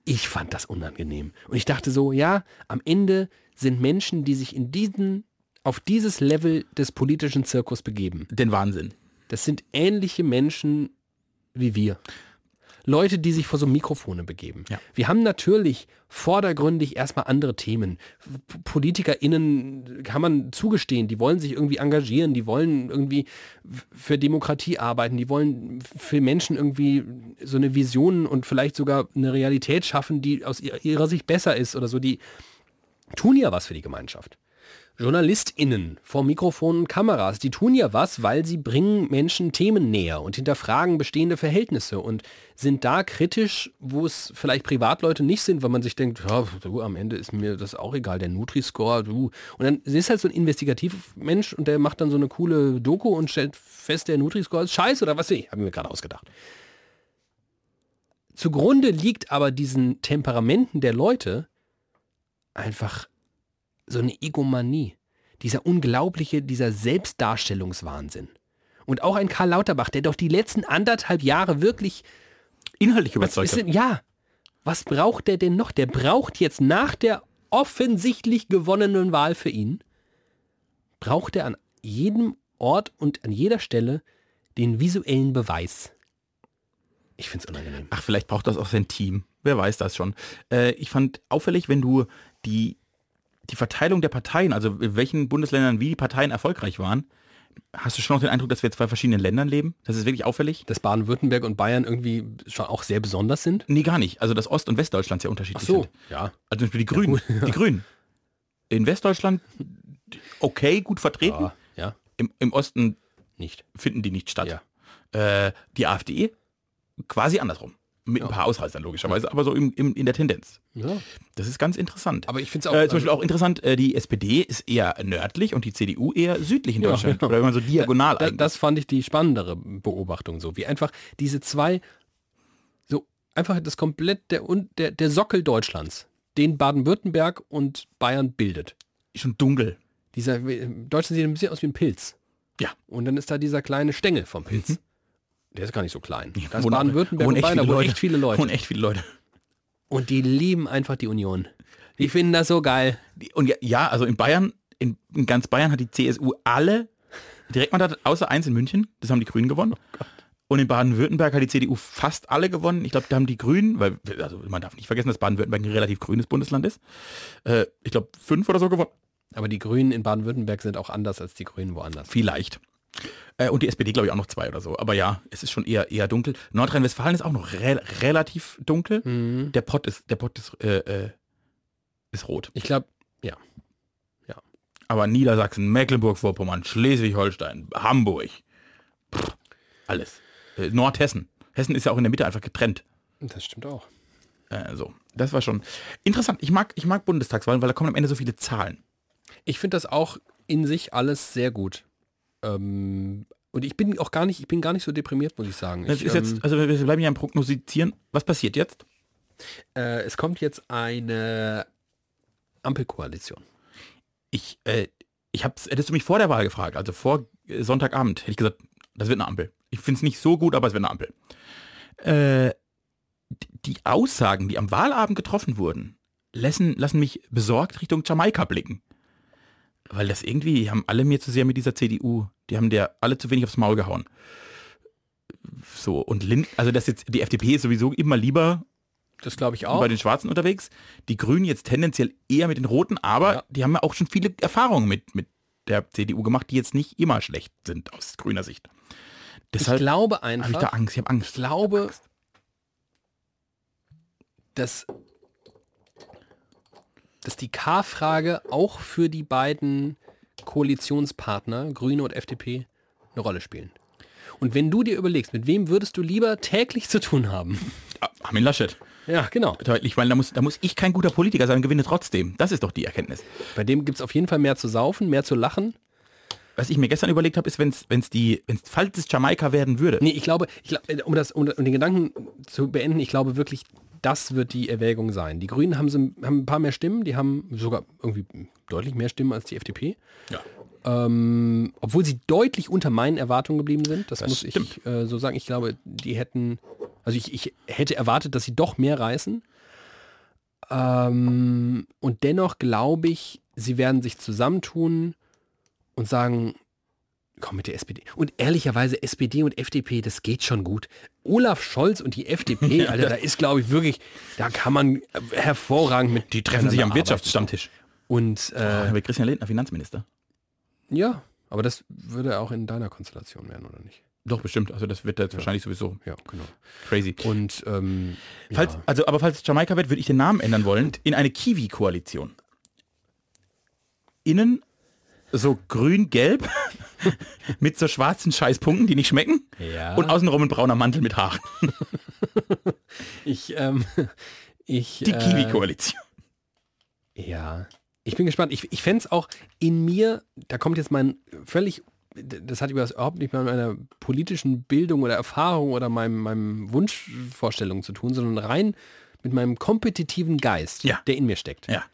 ich fand das unangenehm. Und ich dachte so, ja, am Ende sind Menschen, die sich in diesen, auf dieses Level des politischen Zirkus begeben. Den Wahnsinn. Das sind ähnliche Menschen wie wir. Leute, die sich vor so Mikrofone begeben. Ja. Wir haben natürlich vordergründig erstmal andere Themen. P- PolitikerInnen kann man zugestehen, die wollen sich irgendwie engagieren, die wollen irgendwie f- für Demokratie arbeiten, die wollen f- für Menschen irgendwie so eine Vision und vielleicht sogar eine Realität schaffen, die aus ihr- ihrer Sicht besser ist oder so. Die tun ja was für die Gemeinschaft. JournalistInnen vor Mikrofonen und Kameras, die tun ja was, weil sie bringen Menschen Themen näher und hinterfragen bestehende Verhältnisse und sind da kritisch, wo es vielleicht Privatleute nicht sind, weil man sich denkt, ja, du, am Ende ist mir das auch egal, der Nutri-Score, du. Und dann ist halt so ein Investigativ-Mensch und der macht dann so eine coole Doku und stellt fest, der Nutri-Score ist scheiße oder was weiß ich, habe ich mir gerade ausgedacht. Zugrunde liegt aber diesen Temperamenten der Leute einfach so eine Egomanie, dieser unglaubliche, dieser Selbstdarstellungswahnsinn. Und auch ein Karl Lauterbach, der doch die letzten anderthalb Jahre wirklich, Inhaltlich was überzeugt. ist hat. denn, ja, was braucht der denn noch? Der braucht jetzt nach der offensichtlich gewonnenen Wahl für ihn, braucht er an jedem Ort und an jeder Stelle den visuellen Beweis. Ich find's unangenehm. Ach, vielleicht braucht das auch sein Team. Wer weiß das schon. Äh, ich fand auffällig, wenn du die, die Verteilung der Parteien, also in welchen Bundesländern wie die Parteien erfolgreich waren, hast du schon noch den Eindruck, dass wir in zwei verschiedenen Ländern leben? Das ist wirklich auffällig? Dass Baden-Württemberg und Bayern irgendwie schon auch sehr besonders sind? Nee, gar nicht. Also, dass Ost- und Westdeutschland sehr unterschiedlich sind. ja. Also zum Beispiel die Grünen. Die Grünen. In Westdeutschland okay, gut vertreten. Ja, ja, Im, Im Osten nicht. finden die nicht statt. Äh, die AfD quasi andersrum. Mit ein paar Ausreißern logischerweise, aber so im, im, in der Tendenz. ja. Das ist ganz interessant. Aber ich find's auch- Äh, zum Beispiel also- auch interessant, äh, die SPD ist eher nördlich und die CDU eher südlich in Ja, Deutschland. genau. Oder wenn man so diagonal da, eigentlich. das fand ich die spannendere Beobachtung so, wie einfach diese zwei, so einfach das komplett der, und der, der Sockel Deutschlands, den Baden-Württemberg und Bayern bildet. schon dunkel. Dieser, äh, Deutschland sieht ein bisschen aus wie ein Pilz. Ja. Mhm. Und dann ist da dieser kleine Stängel vom Pilz. Der ist gar nicht so klein. Da ist Wohnen- Baden-Württemberg wohnen und echt Bayern, da viele wohnen Leute. echt viele Leute. Wohnen echt viele Leute. Und die lieben einfach die Union. Die finden das so geil. Die- Und ja, ja, also in Bayern, in, in ganz Bayern hat die CSU alle Direktmandate, außer eins in München, das haben die Grünen gewonnen. Oh und in Baden-Württemberg hat die CDU fast alle gewonnen. Ich glaube, da haben die Grünen, weil also man darf nicht vergessen, dass Baden-Württemberg ein relativ grünes Bundesland ist. Äh, ich glaube, fünf oder so gewonnen. Aber die Grünen in Baden-Württemberg sind auch anders als die Grünen woanders. Vielleicht. Äh, und die SPD, glaube ich, auch noch zwei oder so. Aber ja, es ist schon eher, eher dunkel. Nordrhein-Westfalen ist auch noch re relativ dunkel. Hm. Mhm. Der Pott ist, der Pott ist, äh, äh, ist rot. Ich glaube, Aber Niedersachsen, Mecklenburg-Vorpommern, Schleswig-Holstein, Hamburg, pff, alles. Äh, Nordhessen. Hessen ist ja auch in der Mitte einfach getrennt. das stimmt auch. Äh, so, das war schon interessant. Ich mag, ich mag Bundestagswahlen, weil da kommen am Ende so viele Zahlen. Ich finde das auch in sich alles sehr gut. Ähm, und ich bin auch gar nicht, ich bin gar nicht so deprimiert, muss ich sagen. Das ich, ist ähm, jetzt, also wir bleiben ja am Prognostizieren. Was passiert jetzt? äh, es kommt jetzt eine Ampelkoalition. Ich, äh, ich hab's, hättest du mich vor der Wahl gefragt, also vor äh, Sonntagabend, hätte ich gesagt, das wird eine Ampel. Ich finde es nicht so gut, aber es wird eine Ampel. Äh, d- die Aussagen, die am Wahlabend getroffen wurden, lassen, lassen mich besorgt Richtung Jamaika blicken. Weil das irgendwie, die haben alle mir zu sehr mit dieser CDU, die haben der alle zu wenig aufs Maul gehauen. So, und Lind, also das jetzt, die FDP ist sowieso immer lieber Das glaube ich bei den Schwarzen unterwegs. Die Grünen jetzt tendenziell eher mit den Roten, aber Ja. die haben ja auch schon viele Erfahrungen mit, mit der CDU gemacht, die jetzt nicht immer schlecht sind aus grüner Sicht. Ich Deshalb habe glaube halt ich da einfach, Angst. Ich habe ich Angst. glaube, dass, dass die K-Frage auch für die beiden Koalitionspartner, Grüne und FDP, eine Rolle spielen. Und wenn du dir überlegst, mit wem würdest du lieber täglich zu tun haben? Ah, Armin Laschet. Ja, genau. Deutlich, weil da muss, da muss ich kein guter Politiker sein und gewinne trotzdem. Das ist doch die Erkenntnis. Bei dem gibt es auf jeden Fall mehr zu saufen, mehr zu lachen. Was ich mir gestern überlegt habe, ist, wenn es die, wenn's, falls es Jamaika werden würde, Nee, ich glaube, ich, glaub- äh, um, das, um, um den Gedanken zu beenden, ich glaube wirklich, das wird die Erwägung sein. Die Grünen haben, so, ein- haben ein paar mehr Stimmen, die haben sogar irgendwie deutlich mehr Stimmen als die FDP. Ähm, obwohl sie deutlich unter meinen Erwartungen geblieben sind, das, Das muss stimmt. ich äh, so sagen. Ich glaube, die hätten, also ich, ich hätte erwartet, dass sie doch mehr reißen. Ähm, und dennoch glaube ich, sie werden sich zusammentun und sagen, komm mit der SPD. Und ehrlicherweise, SPD und FDP, das geht schon gut. Olaf Scholz und *laughs* die FDP, Alter, da ist, glaube ich, wirklich, da kann man äh, hervorragend mit die treffen sich am miteinander arbeiten. Wirtschaftsstammtisch. Und äh, Äh, Christian Lindner, Finanzminister. ja, aber das würde auch in deiner Konstellation werden, oder nicht? Doch, bestimmt. Also das wird jetzt wahrscheinlich sowieso Ja, genau. crazy. Und ähm, Falls, ja. also, aber falls es Jamaika wird, würde ich den Namen ändern wollen in eine Kiwi-Koalition. Innen so grün-gelb *laughs* mit so schwarzen Scheißpunkten, die nicht schmecken. Ja. Und außenrum ein brauner Mantel mit Haaren. ich, *laughs* ähm, ich, Die äh, Kiwi-Koalition. Ja. Ich bin gespannt. Ich, ich fände es auch in mir, da kommt jetzt mein völlig, das hat überhaupt nicht mit meiner politischen Bildung oder Erfahrung oder meinem, meinem Wunschvorstellung zu tun, sondern rein mit meinem kompetitiven Geist, Ja. der in mir steckt. Ja.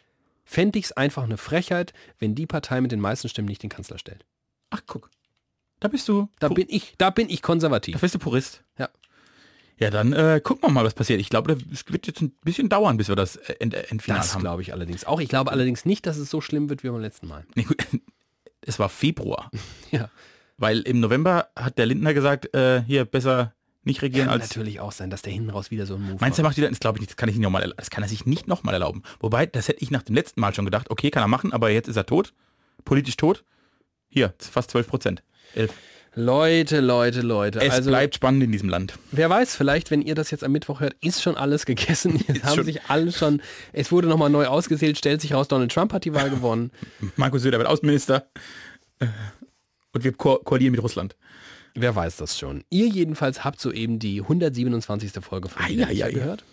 Fände ich es einfach eine Frechheit, wenn die Partei mit den meisten Stimmen nicht den Kanzler stellt. Ach, guck. Da bist du. Da Pu- bin ich, da bin ich konservativ. da bist du Purist. Ja. Ja, dann äh, gucken wir mal, was passiert. Ich glaube, das wird jetzt ein bisschen dauern, bis wir das äh, End Endfinal Das haben. glaube ich allerdings auch. Ich glaube allerdings nicht, dass es so schlimm wird wie beim letzten Mal. Nee, gut. *laughs* Es war Februar. Ja, Weil im November hat der Lindner gesagt, äh, hier besser nicht regieren kann als natürlich auch sein, dass der hinten raus wieder so ein Move Meinst du, er macht. macht die dann? Das glaube ich nicht. Das kann, ich nicht noch mal, erla- das kann er sich nicht nochmal erlauben. Wobei, das hätte ich nach dem letzten Mal schon gedacht. Okay, kann er machen, aber jetzt ist er tot. Politisch tot. Hier, fast 12 Prozent. Elf. Leute, Leute, Leute. Es also bleibt spannend in diesem Land. wer weiß, vielleicht, wenn ihr das jetzt am Mittwoch hört, ist schon *laughs* alles gegessen. Jetzt haben schon- sich alle schon. Es wurde nochmal neu ausgezählt, stellt sich raus, Donald Trump hat *laughs* die Wahl gewonnen. Markus Söder wird Außenminister. Äh, Und wir ko koalieren mit Russland. wer weiß das schon. Ihr jedenfalls habt soeben die 127. Folge von Ei, Wieder ei, nicht ei. gehört.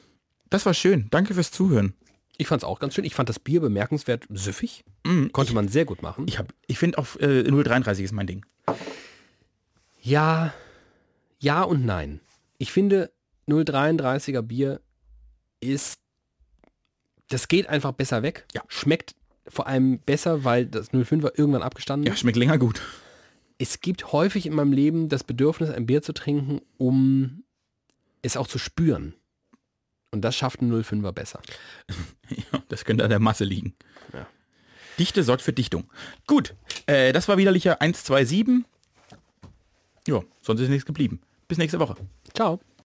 Das war schön. Danke fürs Zuhören. Ich fand es auch ganz schön. Ich fand das Bier bemerkenswert süffig. Konnte man sehr gut machen. Mm, Ich, hab- ich finde auch äh, 033 ist mein Ding. Ja, ja und nein. Ich finde, 0,33er Bier ist, das geht einfach besser weg. Ja. Schmeckt vor allem besser, weil das 05er irgendwann abgestanden Ja, ist. schmeckt länger gut. Es gibt häufig in meinem Leben das Bedürfnis, ein Bier zu trinken, um es auch zu spüren. Und das schafft ein 05er besser. *laughs* Ja, das könnte an der Masse liegen. Ja. Dichte sorgt für Dichtung. Gut, äh, das war widerlicher 127. Ja, sonst ist nichts geblieben. Bis nächste Woche. Ciao.